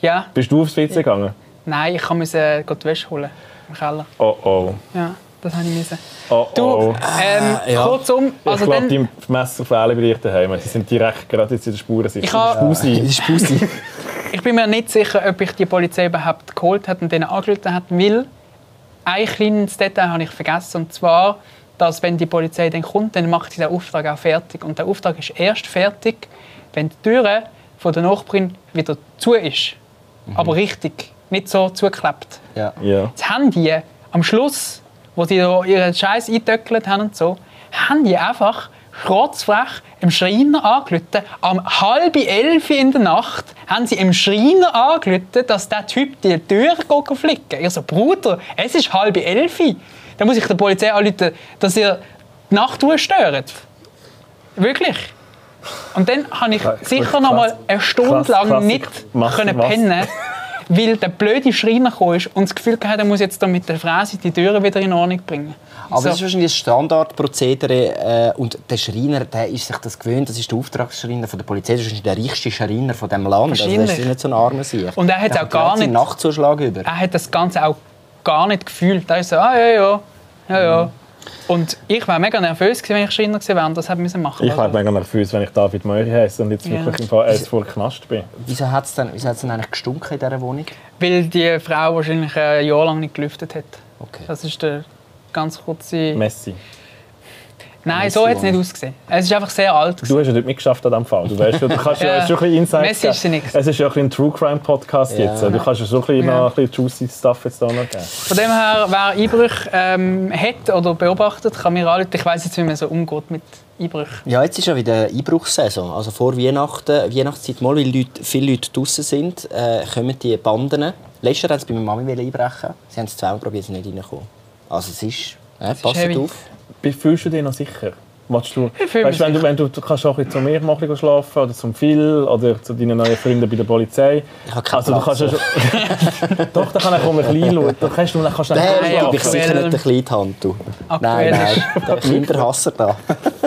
Ja,
Bist du aufs WC gegangen?
nein, ich musste äh, die Wäsche holen im Keller.
Oh oh.
Ja, das habe ich müssen.
Oh
Du,
oh.
ähm,
ja.
kurzum, also
ich glaube,
dann,
die Messer fehlen bei dir daheim. Sie sind direkt gerade jetzt in der Spuren sicher.
Ich habe-
Spusi.
ist Pussy.
ich bin mir nicht sicher, ob ich die Polizei überhaupt geholt hat und denen angerufen hat, weil ein kleines Detail habe ich vergessen, und zwar, dass wenn die Polizei dann kommt, dann macht sie den Auftrag auch fertig. Und der Auftrag ist erst fertig, wenn die Türe von der Nachbarin wieder zu ist. Aber richtig, nicht so zugeklebt.
ja.
Ja.
Jetzt haben die am Schluss, wo sie da ihren Scheiß eingetöckelt haben und so, haben die einfach rotzfrech im Schreiner angelüte. Am halb elf in der Nacht haben sie im Schreiner angelüte, dass der Typ die Tür geht flicken. Ich so, Bruder, es ist halb elf. Da muss ich der Polizei anrufen, dass ihr die Nachtruhe stört. Wirklich. Und dann habe ich
Klasse-
sicher noch mal eine Stunde
Klasse-
lang
Klassik-
nicht
Masse-
können
Masse-
pennen weil der blöde Schreiner gekommen ist und das Gefühl hatte, er muss jetzt da mit der Fräse die Türen wieder in Ordnung bringen. Also,
Aber
so.
das ist wahrscheinlich ein Standardprozedere. Äh, und der Schreiner, der ist sich das gewöhnt. Das ist der Auftragsschreiner von der Polizei. Das ist wahrscheinlich der reichste Schreiner von dem Land. Also das ist
Wahrscheinlich.
nicht so ein armer Sieg.
Und er hat auch gar nicht-
Nachtzuschlag über.
er hat das Ganze auch gar nicht gefühlt. Er ist so, ah ja, ja, ja, ja. Und ich war mega nervös, gewesen, wenn ich Schreiner gewesen wäre und das hätte ich machen müssen.
Ich werde mega nervös, wenn ich David Meury heiße und jetzt
Also- Ja.
wirklich im Fall erst vor Knast bin.
Wieso hat es denn, wieso hat's denn eigentlich gestunken in dieser Wohnung?
Weil die Frau wahrscheinlich ein Jahr lang nicht gelüftet hat.
Okay.
Das ist der ganz kurze...
Messi.
Nein, so hat es nicht ausgesehen. Es ist einfach sehr alt. gewesen.
Du hast ja dort mitgeschafft an diesem Fall. Du, weißt, ja, du kannst ja,
Ja.
schon ein bisschen Insights
Messi ist
geben.
sie nicht.
Es ist ja ein bisschen ein True Crime Podcast
Ja.
jetzt. Du kannst ja so ein bisschen,
Ja.
noch ein bisschen juicy Stuff jetzt da noch geben.
Von dem her, wer Einbrüche ähm, hat oder beobachtet, kann mir anrufen. Ich weiss jetzt, wie man so umgeht mit Einbrüchen.
Ja, jetzt ist ja wieder Einbruchssaison. Also vor Weihnachten, Weihnachtszeit mal, weil Leute, viele Leute draußen sind, äh, kommen die Banden. Letztes Jahr wollten sie bei meiner Mami einbrechen. Sie haben es zweimal probiert, sie sind nicht reingekommen. Also es ist... Äh, passt
heavy.
auf.
Bist- Fühlst du dich noch sicher? Willst du,
fühle
weißt,
mich
wenn du, wenn du, du kannst auch ein bisschen zu mir mal ein bisschen schlafen oder zum Phil oder zu deinen neuen Freunden bei der Polizei.
Ich habe keinen
Also du
Platz.
kannst ja schon... Doch, da kann ich auch mal ein bisschen reinschauen. Da kannst du, kannst du
Nein,
Nein,
ich bin
aktuell-
sicher nicht der kleine Handtuch. Nein,
Aktuell
nein. Der Kinderhasser da.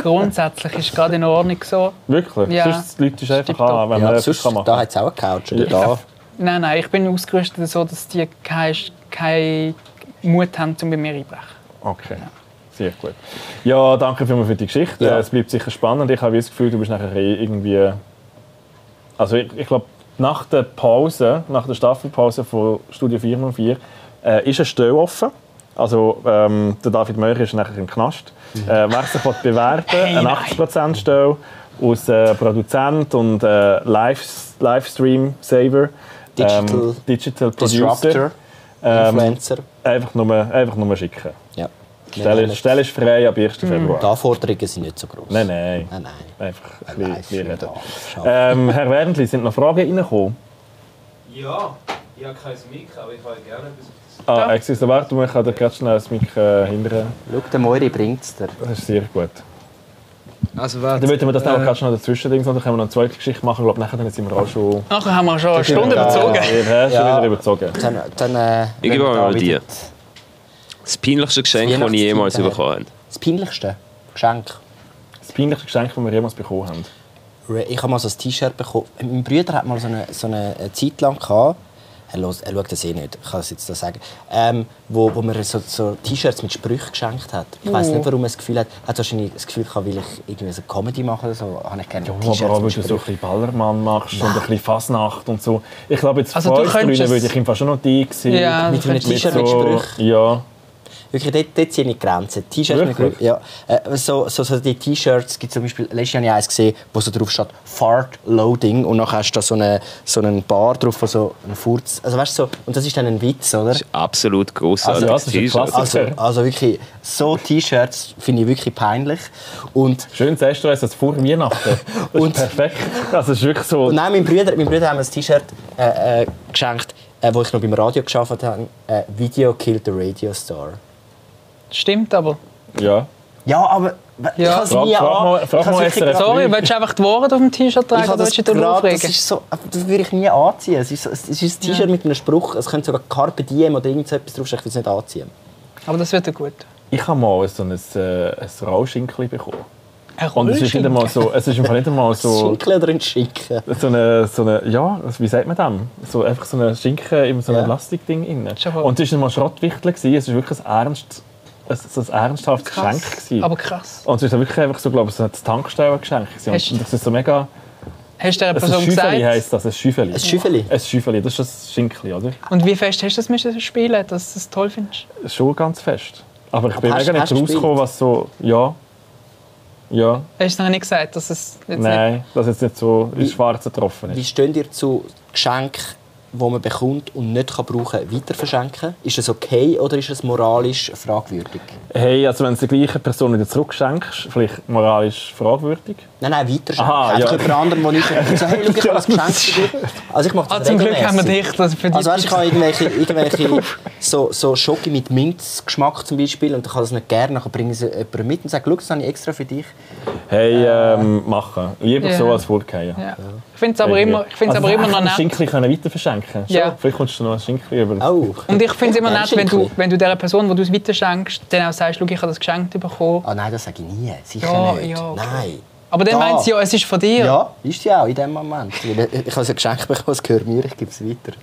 Grundsätzlich ist es gerade in Ordnung so.
Wirklich?
Ja.
Sonst Leute ist einfach
Tipptopp.
an, wenn man
Ja,
etwas
sonst,
kann machen
da hat es auch eine Couch. Oder da.
Nein, nein, ich bin ausgerüstet so, dass die keinen keine Mut haben, um bei mir einzubrechen.
Okay. Sehr gut. Ja, danke vielmals für die Geschichte.
Ja.
Äh, Es bleibt sicher spannend. Ich habe das Gefühl, du bist nachher eh irgendwie. Also, ich, ich glaube, nach der Pause, nach der Staffelpause von Studio 404, äh, ist eine Stelle offen. Also, ähm, der David Möcher ist nachher im Knast.
Mhm.
Äh, wer sich will bewerben
Hey,
eine
nein.
80%-Stelle aus äh, Produzent und äh, Live- Livestream-Saver. Ähm,
Digital
Digital Producer.
Disruptor,
Ähm,
Influencer.
einfach, nur, einfach nur schicken.
Ja.
Stelle, Stelle ist frei ab 1. Februar.
Die Anforderungen sind nicht so groß.
Nein, nein.
Hm, Nein, nein.
Einfach ein
Nein,
bisschen
nein,
reden.
schade.
Ähm, Herr Wernli, sind noch Fragen reingekommen?
Ja, ich habe kein Mic, aber ich habe gerne etwas auf das
Ah, Exis, warte, ich kann dir gerade schnell das Mikro äh, hindern.
Schau, der Moiri bringt es dir.
Das ist sehr gut.
Also warte.
Dann würden wir das dann auch
Äh,
gerade schnell dazwischen dingsen und dann können wir noch eine zweite Geschichte machen. Ich glaube, nachher dann sind wir auch schon...
Nachher haben wir schon eine Stunde
Ja,
überzogen.
Ja, ja, schon
Genau. Ja.
wieder überzogen.
Dann, dann, äh,
Ich gebe mal die. Das peinlichste Geschenk, das ich jemals
Weihnachtszeit.
bekommen habe.
Das peinlichste Geschenk.
Das peinlichste Geschenk, das wir jemals bekommen haben.
Re- Ich habe mal so ein T-Shirt bekommen. Mein Bruder hat mal so eine, so eine eine Zeit lang gehabt. Er, los, er schaut das eh nicht, ich kann es jetzt so sagen. Ähm, wo, wo mir so, so T-Shirts mit Sprüchen geschenkt hat. Ich weiß
Oh.
nicht, warum er das Gefühl hat. Er hat wahrscheinlich das Gefühl gehabt, weil ich irgendwie so Comedy mache oder so. Habe ich gerne
Ja,
T-Shirts
aber auch, weil
mit
du so ein
Sprüchen.
bisschen Ballermann machst und ein bisschen Fasnacht und so. Ich glaube, jetzt
Also
vor
du
uns
könntest
drinnen
es-
würde ich einfach schon noch die sehen.
Ja,
Mit einem T-Shirt mit
so,
Sprüchen.
Ja.
Wirklich, dort, dort ziehe ich Grenzen. T-Shirts mit
Wirklich?
Sprüchen. Ja. Äh, so, so, so die T-Shirts gibt zum Beispiel, letztes Jahr habe ich eins gesehen, wo so drauf steht Fart Loading und nachher hast du da so eine, so einen Bar drauf, wo so ein Furz. Also weißt du, so, und das ist dann ein Witz, oder?
Das ist absolut
Also,
grossartig.
ja, das ist ein Klassiker.
Also, also wirklich, so T-Shirts finde ich wirklich peinlich. Und
Schön sagst du, es ist vor Weihnachten. Das
Und-
ist perfekt. Also es ist wirklich so.
nein, mein Bruder, mein Bruder hat mir ein T-Shirt äh, äh, geschenkt, äh, wo ich noch beim Radio geschafft habe. Äh, Video killed the Radio Star.
Stimmt aber.
Ja.
Ja, aber ich
Ja.
habe es
Frag-
nie
frag
an.
mal-
Ich
frag mal
habe es wirklich
SRF.
gerade-
Sorry, willst du einfach die Worte auf dem T-Shirt
Ich
tragen
habe
oder
das
willst du dich
gerade, das
aufregen?
ist so, das würde ich nie anziehen. Es ist, so, es ist ein T-Shirt mit einem Spruch, es könnte sogar Carpe Diem oder irgend so etwas draufstehen, ich würde es nicht anziehen.
Aber das wird ja gut.
Ich habe mal so ein, äh, ein Rauschinkel bekommen.
Ein
Und es ist nicht einmal so, es ist im Fall nicht einmal
Ein
so,
Schinken oder ein Schinken?
so eine, so eine, ja, wie sagt man dem? So einfach so eine Schinken in so einem
Ja.
Plastikding inne.
Schon voll.
Und es war nicht mal Schrottwichtel, gewesen, es war wirklich ein, ernst, ein, so ein ernsthaftes Geschenk.
krass.
Gewesen.
Aber krass.
und es war wirklich einfach so, glaube ich, so ein Tankstellengeschenk. gewesen.
Hast-
Und das ist so mega...
Hast du der
Das ist ein
Person
Schüffeli
gesagt?
heisst das, ein Schüffeli.
Ein Schüffeli?
Ein Schüffeli, das ist das Schinkli, oder?
Und wie fest hast du das müssen spielen, dass du es toll findest?
Schon ganz fest. Aber ich bin
hast-
mega nicht
hast du
rausgekommen,
gespielt?
was so... Ja. Ja.
Hast du noch nicht gesagt, dass es jetzt nicht...
Nein, dass jetzt nicht so ins Schwarze getroffen
Wie
ist.
steht ihr zu Geschenken, die man bekommt und nicht kann brauchen weiter verschenken? Ist das okay oder ist es moralisch fragwürdig?
Hey, also wenn du der gleichen Person wieder zurückschenkst, vielleicht moralisch fragwürdig.
Nein, nein, weiter schenken.
Aha,
Einfach
ja.
jemand anderem, der nicht so, Also, hey, schau, ich habe ein Geschenk für dich. Also ich mache das
Ah, zum Glück haben wir
regelmässig.
dich. Das für dich
Also weißt, ich habe irgendwelche, irgendwelche so, so Schoki mit Minzgeschmack zum Beispiel und ich habe das nicht gerne, dann bringe ich es jemandem mit und sage, schau, das habe ich extra für dich.
Hey, ähm, machen. Lieber
Ja.
so als vorgehen.
ja. Ich finde es aber immer, ich find's
Also,
aber immer noch
ein
nett.
Schinkli können weiter verschenken. Schon.
Ja.
Vielleicht kommst du noch ein Schinkli über.
Oh.
Und ich finde es immer
Ja,
nett, wenn du,
Schinkli.
wenn du der Person, die du es weiterschenkst, dann auch sagst, «Schau, ich habe das geschenkt bekommen.
Ah nein, das sage ich nie, sicher
Ja,
nicht.
ja, okay.
Nein.
Aber
Da.
dann meint sie ja, es ist von dir.
Ja, ist sie auch in dem Moment. Ich habe ein Geschenk bekommen, es gehört mir, ich gebe es weiter.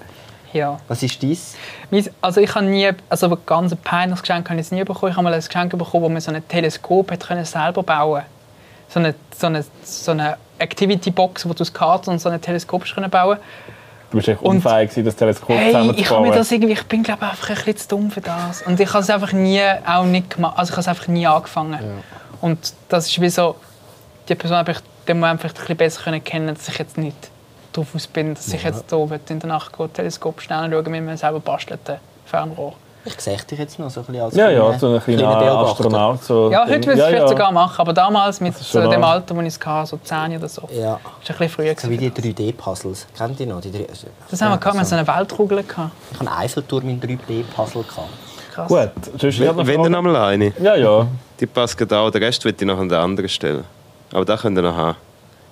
ja.
Was ist dies?
Mein- Also ich habe nie, also ein ganz peinliches Geschenk habe ich jetzt nie bekommen. Ich habe mal ein Geschenk bekommen, wo man so ein Teleskop hat können selber bauen So eine, so eine, so eine Activity-Box, wo du aus Karten und so ein Teleskop hast können bauen
Du bist echt
Und-
unfähig, gewesen, das Teleskop
Hey, ich habe
zusammenzubauen.
mir das irgendwie, ich bin glaube ich, einfach ein bisschen zu dumm für das. Und ich habe es einfach nie, auch nicht gemacht, also ich habe es einfach nie angefangen. Und das ist wie so, die Person habe ich den Moment vielleicht ein bisschen besser können kennen, dass ich jetzt nicht drauf aus bin, dass ich jetzt hier in der Nacht gehe, Teleskop schnell schauen, wie man selber bastelten Fernrohr.
Ich sehe dich jetzt noch so ein bisschen als
ja,
kleinen-
ja, so ein kleiner
kleinen Beobachter.
Astronaut. So
Ja, heute würde ich es vielleicht sogar machen, aber damals mit
ist
so
schon
dem
wahr.
Alter, wo ich es hatte, so 10 oder so.
Ja.
Das war ein bisschen früher.
So wie die
gewesen.
3D-Puzzles. Kennt ihr noch? Die drei- also-
Das haben wir gehabt, wir hatten so
so.
eine Weltkugel. Gehabt.
Ich habe einen Eiffelturm in 3D-Puzzle. gehabt.
Krass.
Gut. Sonst, ich hab noch
Wenn dann
Fragen.
einmal eine.
Ja, ja.
Die passt gerade auch. Den Rest wird ich noch an der anderen stellen. Aber da könnt ihr noch haben.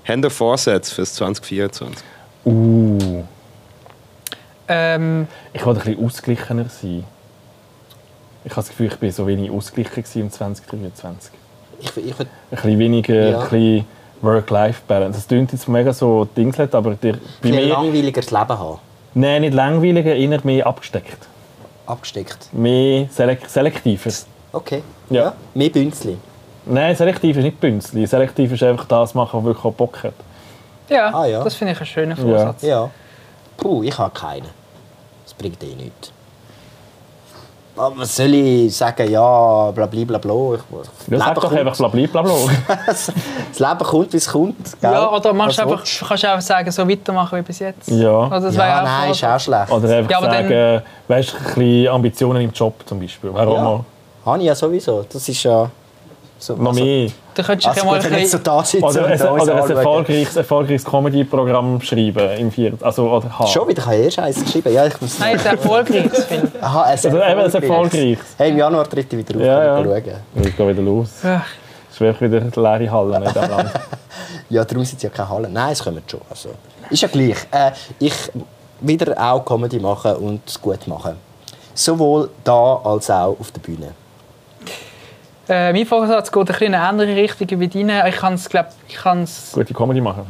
Habt ihr Vorsätze fürs 2024?
Uh,
Ähm,
ich wollte ein bisschen ausgeglichener sein. Ich habe das Gefühl, ich bin so wenig ausgeglichen gewesen im 2023.
Ich, ich,
Ein bisschen weniger
Ja.
ein bisschen Work-Life-Balance. Das klingt jetzt mega so Dingslet, aber der, bei
ein
mir...
langweiligeres Leben haben.
Nein, nicht langweiliger, eher mehr abgesteckt.
Abgesteckt.
Mehr selek selektiver.
Okay.
Ja.
Mehr Bünzli.
Nein, selektiv ist nicht Bünzli. Selektiv ist einfach das machen, was wirklich auch Bock hat.
ja,
Ah, ja.
das finde ich einen schönen Vorsatz.
Ja. Puh, ich habe keinen. Das bringt eh nichts. Aber was soll ich sagen? Ja, bla bla bla bla. Ich,
Ja, sag doch einfach blablabla.
das Leben kommt, wie es kommt. Gell?
Ja, oder machst
Was
du einfach,
willst
kannst du einfach sagen, so weitermachen wie bis jetzt.
Ja.
Oder das
du?
wäre
Ja,
auch
nein,
voll-
ist auch schlecht.
Oder einfach
Ja, aber dann-
sagen, weißt du, ein bisschen Ambitionen im Job zum Beispiel. Warum
Ja.
auch?
Habe ich ja sowieso. Das ist ja... So,
Noch mehr.
Du
Also,
könntest dich ja
also
mal
gut, wenn
ein
jetzt so
bisschen...
da sitzen
Oder
und
ein,
uns
oder Also ein
anschauen.
erfolgreiches, erfolgreiches Comedy-Programm schreiben im vierten. Also, oder haben.
Schon wieder, ich habe eh Scheiße geschrieben. Ja, ich muss
Nein, es ist erfolgreich, das Film.
Aha, es
Also eben ein erfolgreiches.
Hey, im Januar tritt ich wieder auf,
Ja,
kann ich
ja.
schauen.
Ich gehe wieder los.
Ja.
Es ist wirklich wieder die leere Halle in diesem Land.
Ja, darum sind es ja keine Hallen. Nein, es kommen schon. Also, ist ja gleich. Äh, ich wieder auch Comedy machen und es gut machen. Sowohl da als auch auf der Bühne.
Äh, mein Vorsatz geht ein bisschen in eine andere Richtung wie deine. Ich kann es, glaube ich, kann es...
Gute Comedy machen.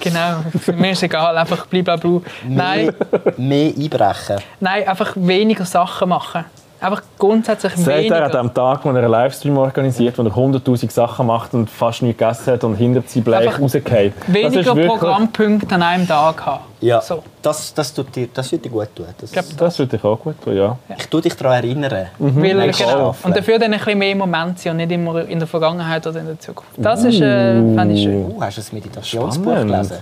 Genau, mir ist egal, einfach blablabla. Nein,
Mehr einbrechen.
nein, einfach weniger Sachen machen. Einfach grundsätzlich
Seht ihr
weniger.
an dem Tag, wo er einen Livestream organisiert, wo er 100'000 Sachen macht und fast nichts gegessen hat und hinter sie bleich
Einfach
rausgeht?
weniger Programmpunkte an einem Tag haben.
Ja,
So.
das, das, tut dir, das würde dir gut tun. Das,
glaub,
Das würde ich auch gut tun, ja.
ich tue dich daran erinnern.
Weil,
Nächste
genau.
Staffel.
Und dafür dann ein bisschen mehr im Moment sein und nicht immer in der Vergangenheit oder in der Zukunft. Das ist, äh, fände ich schön.
Uh, hast du das Meditationsbuch
Spannend.
gelesen?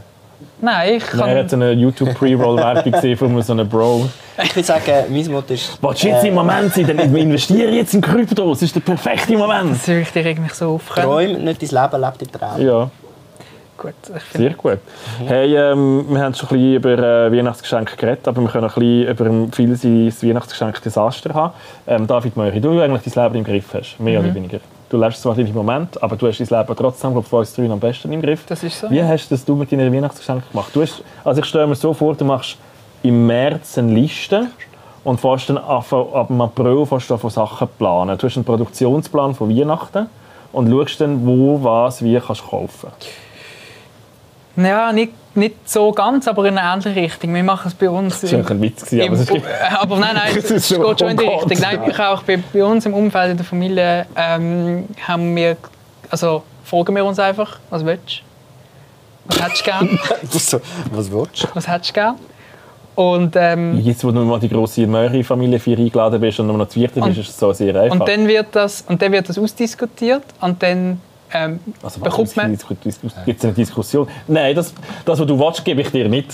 Nein, ich
Nein, er
kann...
hat eine YouTube-Pre-Roll-Werbung gesehen von so einem Bro.
Ich würde sagen, mein Motto ist...
Willst du jetzt
äh,
im Moment sein? Dann investiere jetzt in Krypto. Es ist der perfekte Moment.
Das ist wichtig, irgendwie so aufkommen.
Träum nicht dein Leben, lebe dein Traum.
Ja,
Gut, ich finde...
sehr gut.
Mhm.
Hey, ähm, wir haben schon ein bisschen über äh, Weihnachtsgeschenke geredet, aber wir können ein bisschen über ein vielseitiges Weihnachtsgeschenk-Desaster haben. Ähm, David Möri, du eigentlich dein Leben im Griff hast, mehr
Mhm.
oder weniger. Du lebst zwar nicht im Moment, aber du hast dein Leben trotzdem, glaube ich, von uns dreien am besten im Griff.
Das ist so.
Wie hast das du mit deinen Weihnachtsgeschenken gemacht? Du hast, also ich stelle mir so vor, du machst im März eine Liste und fährst dann ab, ab dem April fährst du an, von Sachen zu planen. Du hast einen Produktionsplan von Weihnachten und schaust dann, wo, was, wie kannst du kaufen.
Ja, nicht, nicht so ganz, aber in eine andere Richtung. Wir machen es bei uns...
Das war eigentlich ein Witz, gewesen, aber
Im-
es ist
äh, aber nein, nein,
Das
es
ist
geht
so-
schon in die
oh Gott.
Richtung. Nein, ich auch bei, bei uns im Umfeld in der Familie ähm, haben wir, also fragen wir uns einfach, was willst du? Was hättest du gern?
So, Was willst du?
Was hättest du gern? Und, ähm,
Jetzt, wo du mal die grosse Möhri-Familie für eingeladen bist und nur noch zu viert bist,
Und-
ist es so sehr einfach.
und dann wird das, und dann wird das ausdiskutiert und dann ähm,
also,
bekommt man.
Gibt es eine Diskussion? Nein, das, das, was du willst, gebe ich dir nicht.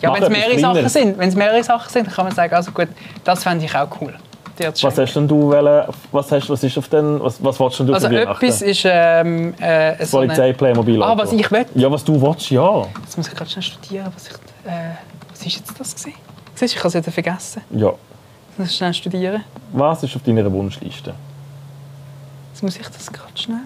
Ja,
Mach
wenn es
etwas
mehrere
Kleineres.
Sachen sind, wenn es mehrere Sachen sind, dann kann man sagen, also gut, das fände ich auch cool. dir zu
Was
schenken.
hast denn du wollen, was hast, was ist auf den, was, was willst denn du
Also
für Weihnachten?
etwas ist ähm, äh, so eine-
Polizei, Playmobil.
Ah,
Auto.
was ich will.
Ja, was du willst, ja.
Jetzt muss ich gerade schnell studieren, was ich... Äh, was ist jetzt das gewesen? Siehst du, ich habe es wieder vergessen.
Ja.
Jetzt muss ich schnell studieren.
Was ist auf deiner Wunschliste?
Jetzt muss ich das gerade schnell...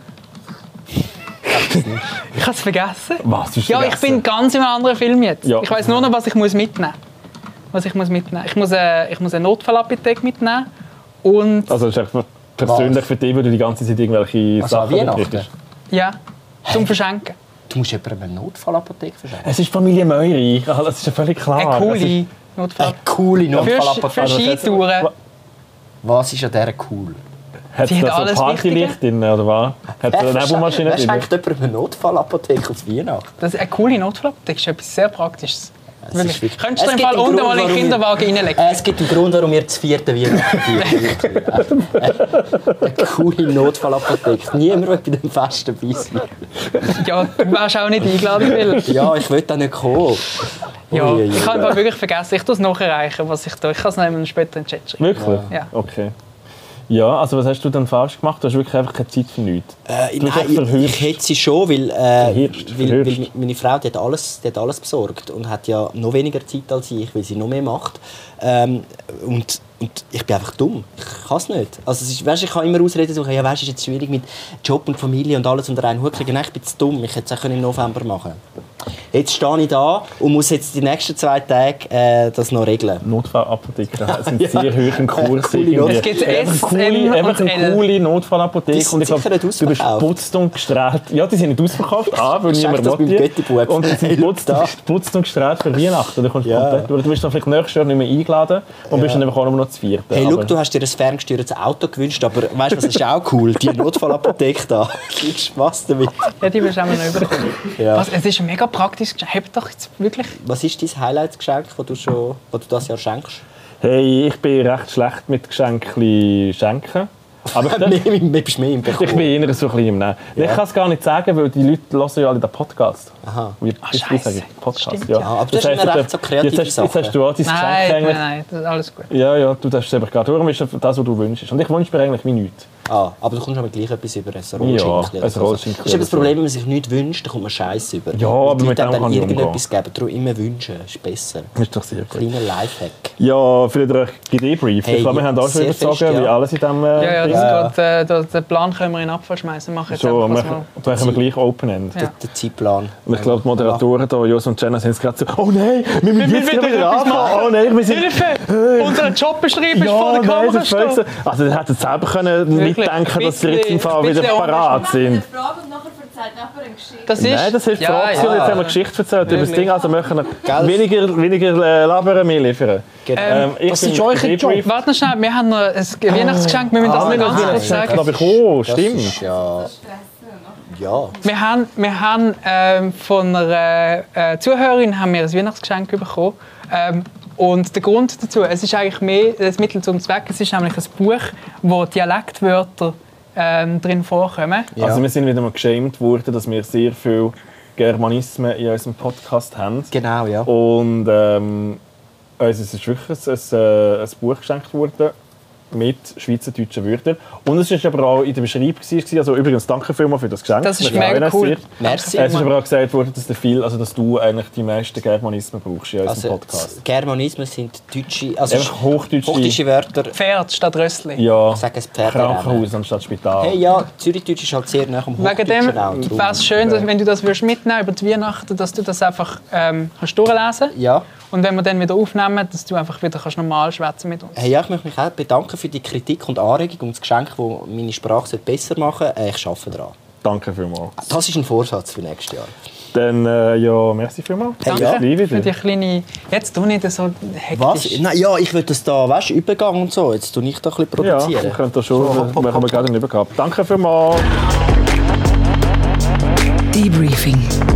ich habe es vergessen.
Was ist
Ja, ich
vergessen?
bin ganz im anderen Film jetzt.
Ja.
Ich weiß nur noch, was ich muss mitnehmen muss. Was ich muss mitnehmen. Ich muss, äh, ich muss eine Notfallapotheke mitnehmen und...
Also das ist einfach persönlich
Was?
für dich, weil du die ganze Zeit irgendwelche
Also an
Sachen
Weihnachten?
mitnimmst.
Ja, zum Verschenken.
Du musst jemandem eine Notfallapotheke verschenken.
Es ist Familie Meuri. Ah, Das ist ja völlig klar.
Eine
Es ist- also,
coole
Eine
Notfallapotheke.
coole
Für, für
Notfallapotheke.
Skitouren.
Was ist an dieser cool?
Hat
Sie
es
hat
da so
alles
Partylicht drin, oder was? Hat es eine Nebelmaschine
Wer
drin?
schenkt jemandem eine Notfallapotheke auf Weihnachten?
Das, eine coole Notfallabdeckung ist etwas sehr Praktisches.
Es
Wirklich.
ist wirklich-
Könntest du
Es
im
gibt
Fall
einen
unten
Grund,
mal in den
warum wir-
Kinderwagen reinlegen?
Äh, Es gibt einen Grund, warum wir das vierte Weihnachten feiern. Äh, Eine coole Notfallapotheke. Niemand will bei dem Fest dabei sein. Äh.
Ja, du wärst auch nicht eingeladen, Will.
Ja, ich will da nicht kommen.
Ja,
Uiuiui.
ich kann einfach wirklich vergessen. Ich tue es nachreichen, was ich tue. Ich kann es dann später in den Chat schreiben.
Wirklich?
Ja.
Okay. Ja, also was hast du denn falsch gemacht? Du hast wirklich einfach keine Zeit für nichts.
Äh,
Du bist
nein,
echt verhübscht.
ich, ich hätte sie schon, weil, äh,
Verhübscht,
weil, weil
verhübscht.
meine Frau die hat, alles, die hat alles besorgt und hat ja noch weniger Zeit als ich, weil sie noch mehr macht. Ähm, und, Und ich bin einfach dumm. Ich kann es nicht. Also es ist, weißt, ich kann immer Ausreden suchen, ja, weißt, es ist jetzt schwierig mit Job und Familie und alles unter einen Hut kriegen. Nein, ich bin zu dumm. Ich hätte es auch im November machen können. Jetzt stehe ich da und muss jetzt die nächsten zwei Tage äh, das noch regeln.
Notfallapotheken sind
Ja.
sehr hoch im Kurs.
Coole
irgendwie.
Not-
Es gibt
Einfach
S,
coole,
M
einfach
und
eine
L.
coole Notfallapotheke.
Die sind
und ich
sicher
glaube,
nicht
du bist
ausverkauft.
putzt und gestrahlt. Ja, die sind nicht ausverkauft. A, weil
Ich
niemand
schenke das meinem
will die.
Götti-Bub.
Und die sind
Hey,
putzt,
da.
putzt und gestrahlt für Weihnachten. Du, kommst
Ja.
komplett durch. du bist dann vielleicht nächstes Jahr nicht mehr eingeladen und bist dann einfach auch nur noch das vierte.
Hey,
Aber-
look, du hast dir ein ferngesteuertes Auto gewünscht, aber weißt du, was ist auch cool? Die Notfallapotheke da. Viel Spaß damit.
Ja, die wirst du auch noch überkommen.
Ja.
Was, es ist mega praktisch. Habt doch jetzt wirklich.
Was ist dein Highlight-Geschenk, das du, schon, das du das Jahr schenkst?
Hey, ich bin recht schlecht mit Geschenken schenken. Aber ich,
Mehr im- mehr- bist mehr im Bekommen.
ich bin eher so ein bisschen im Nehmen. Ich kann es gar nicht sagen, weil die Leute hören ja alle den Podcast.
Aha.
Weird,
Ah,
das
scheiße.
sage ich. Podcast,
Stimmt,
ja.
ja. Aber du
Das
hast
heisst,
immer
du
recht so
darfst-
kreative
jetzt hast,
Sachen.
Jetzt hast du auch dein Geschenk
Nein, nein,
eigentlich.
nein, das ist alles gut.
Ja, ja, du darfst es einfach gerade. Darum ist das, was du wünschst. Und ich wünsche mir eigentlich wie nichts.
Ah, aber du kommst aber gleich etwas über ein
Ja,
Rollschinkli.
ein Rollschinkli
Das ist eben das
oder so.
Problem, wenn man sich nichts wünscht, dann kommt man Scheiß über.
Ja,
Weil
aber
die
mit
Leute
dem
dann
kann ich
irgendetwas geben. Darum immer wünschen, ist besser.
Das ist doch sehr gut.
Kleiner Lifehack.
Ja, für den Ideenbrief.
Hey,
ich glaube, wir haben auch schon
sehr
überzogen,
fest, ja.
wie alles in diesem. Äh,
Ja, ja,
Ding.
das ist gerade, äh, der- den Plan können wir in den Abfall schmeißen. Machen jetzt
so,
einfach was
machen,
wir-
dann können wir gleich Open-End.
Ja.
Der Zeitplan.
Und ich glaube, die Moderatoren hier, Jos und Jenna, sind jetzt gerade so: Oh nein, wir müssen jetzt gerade wieder anfangen. Oh nein, wir sind.
Hilfe! Unser Job beschrieben ist vor
Ja,
der
nein,
Kamera
das
stehen.
ist Also, ihr hättet selber können
Wirklich,
mitdenken dass sie jetzt im Fall
bisschen-
wieder
bisschen
parat sind.
Frage und nachher erzählt jemand eine Geschichte.
Das ist,
Nein, das hilft ja, Fragen. Jetzt haben wir eine Geschichte erzählt über das
Wirklich.
Ding, also möchten wir
Gell?
weniger, weniger äh, labern, mehr liefern.
Genau.
Ähm, ich
das
bin
ist euer
Ideenbrief-
Job.
Warte noch schnell, wir haben noch ein Weihnachtsgeschenk, wir müssen das
Ah,
nicht ganz
nein.
kurz sagen.
Aber ich, oh,
Das
stimmt.
ist ja... Ja.
Wir haben, wir haben ähm, von einer äh, Zuhörerin haben wir ein Weihnachtsgeschenk bekommen. Ähm, und der Grund dazu, es ist eigentlich mehr das Mittel zum Zweck. Es ist nämlich ein Buch, wo Dialektwörter ähm, drin vorkommen.
Ja.
Also wir sind wieder mal geschämt worden, dass wir sehr viel Germanismen in unserem Podcast haben.
Genau, ja.
Oh. Und ähm, uns ist wirklich ein, ein, äh, ein Buch geschenkt worden mit schweizerdeutschen Wörtern. Und es war aber auch in der Beschreibung. gewesen. Also übrigens, danke vielmals für das Geschenk.
Das ist
Wir freuen
mega
uns
cool.
sehr.
Merci.
Es ist aber auch gesagt worden, dass, der viel, also dass du eigentlich die meisten Germanismen brauchst in unserem
Also,
Podcast.
Germanismen sind deutsche... Also
Einfach hochdeutsche-
hochdeutsche Wörter.
Pferd statt Rössli.
Ja,
Sag es Pferd-
Krankenhaus anstatt Spital.
Hey, ja, Zürichdeutsch ist halt sehr nah am
Wegen dem
Hochdeutschen auch. Darum-
wäre es schön, dass, wenn du das würdest mitnehmen über die Weihnachten, dass du das einfach ähm, kannst durchlesen kannst.
Ja.
Und wenn wir dann wieder aufnehmen, dass du einfach wieder kannst normal schwätzen mit uns.
Hey, ja, ich möchte mich auch bedanken für die Kritik und Anregung und das Geschenk, das meine Sprache sollte besser machen sollte. Äh, ich arbeite daran.
Danke vielmals.
Das ist ein Vorsatz für nächstes Jahr.
Dann, äh, ja, merci vielmals.
Hey,
Bis
ja.
gleich wieder.
Für die kleine... Jetzt tu nicht so hektisch.
Was? Nein, ja, ich will das da, weißt du, Übergang und so. Jetzt tue ich da ein bisschen
Ja, wir
produzieren.
können das schon. wir haben gerade einen Übergang. Danke vielmals.
Debriefing.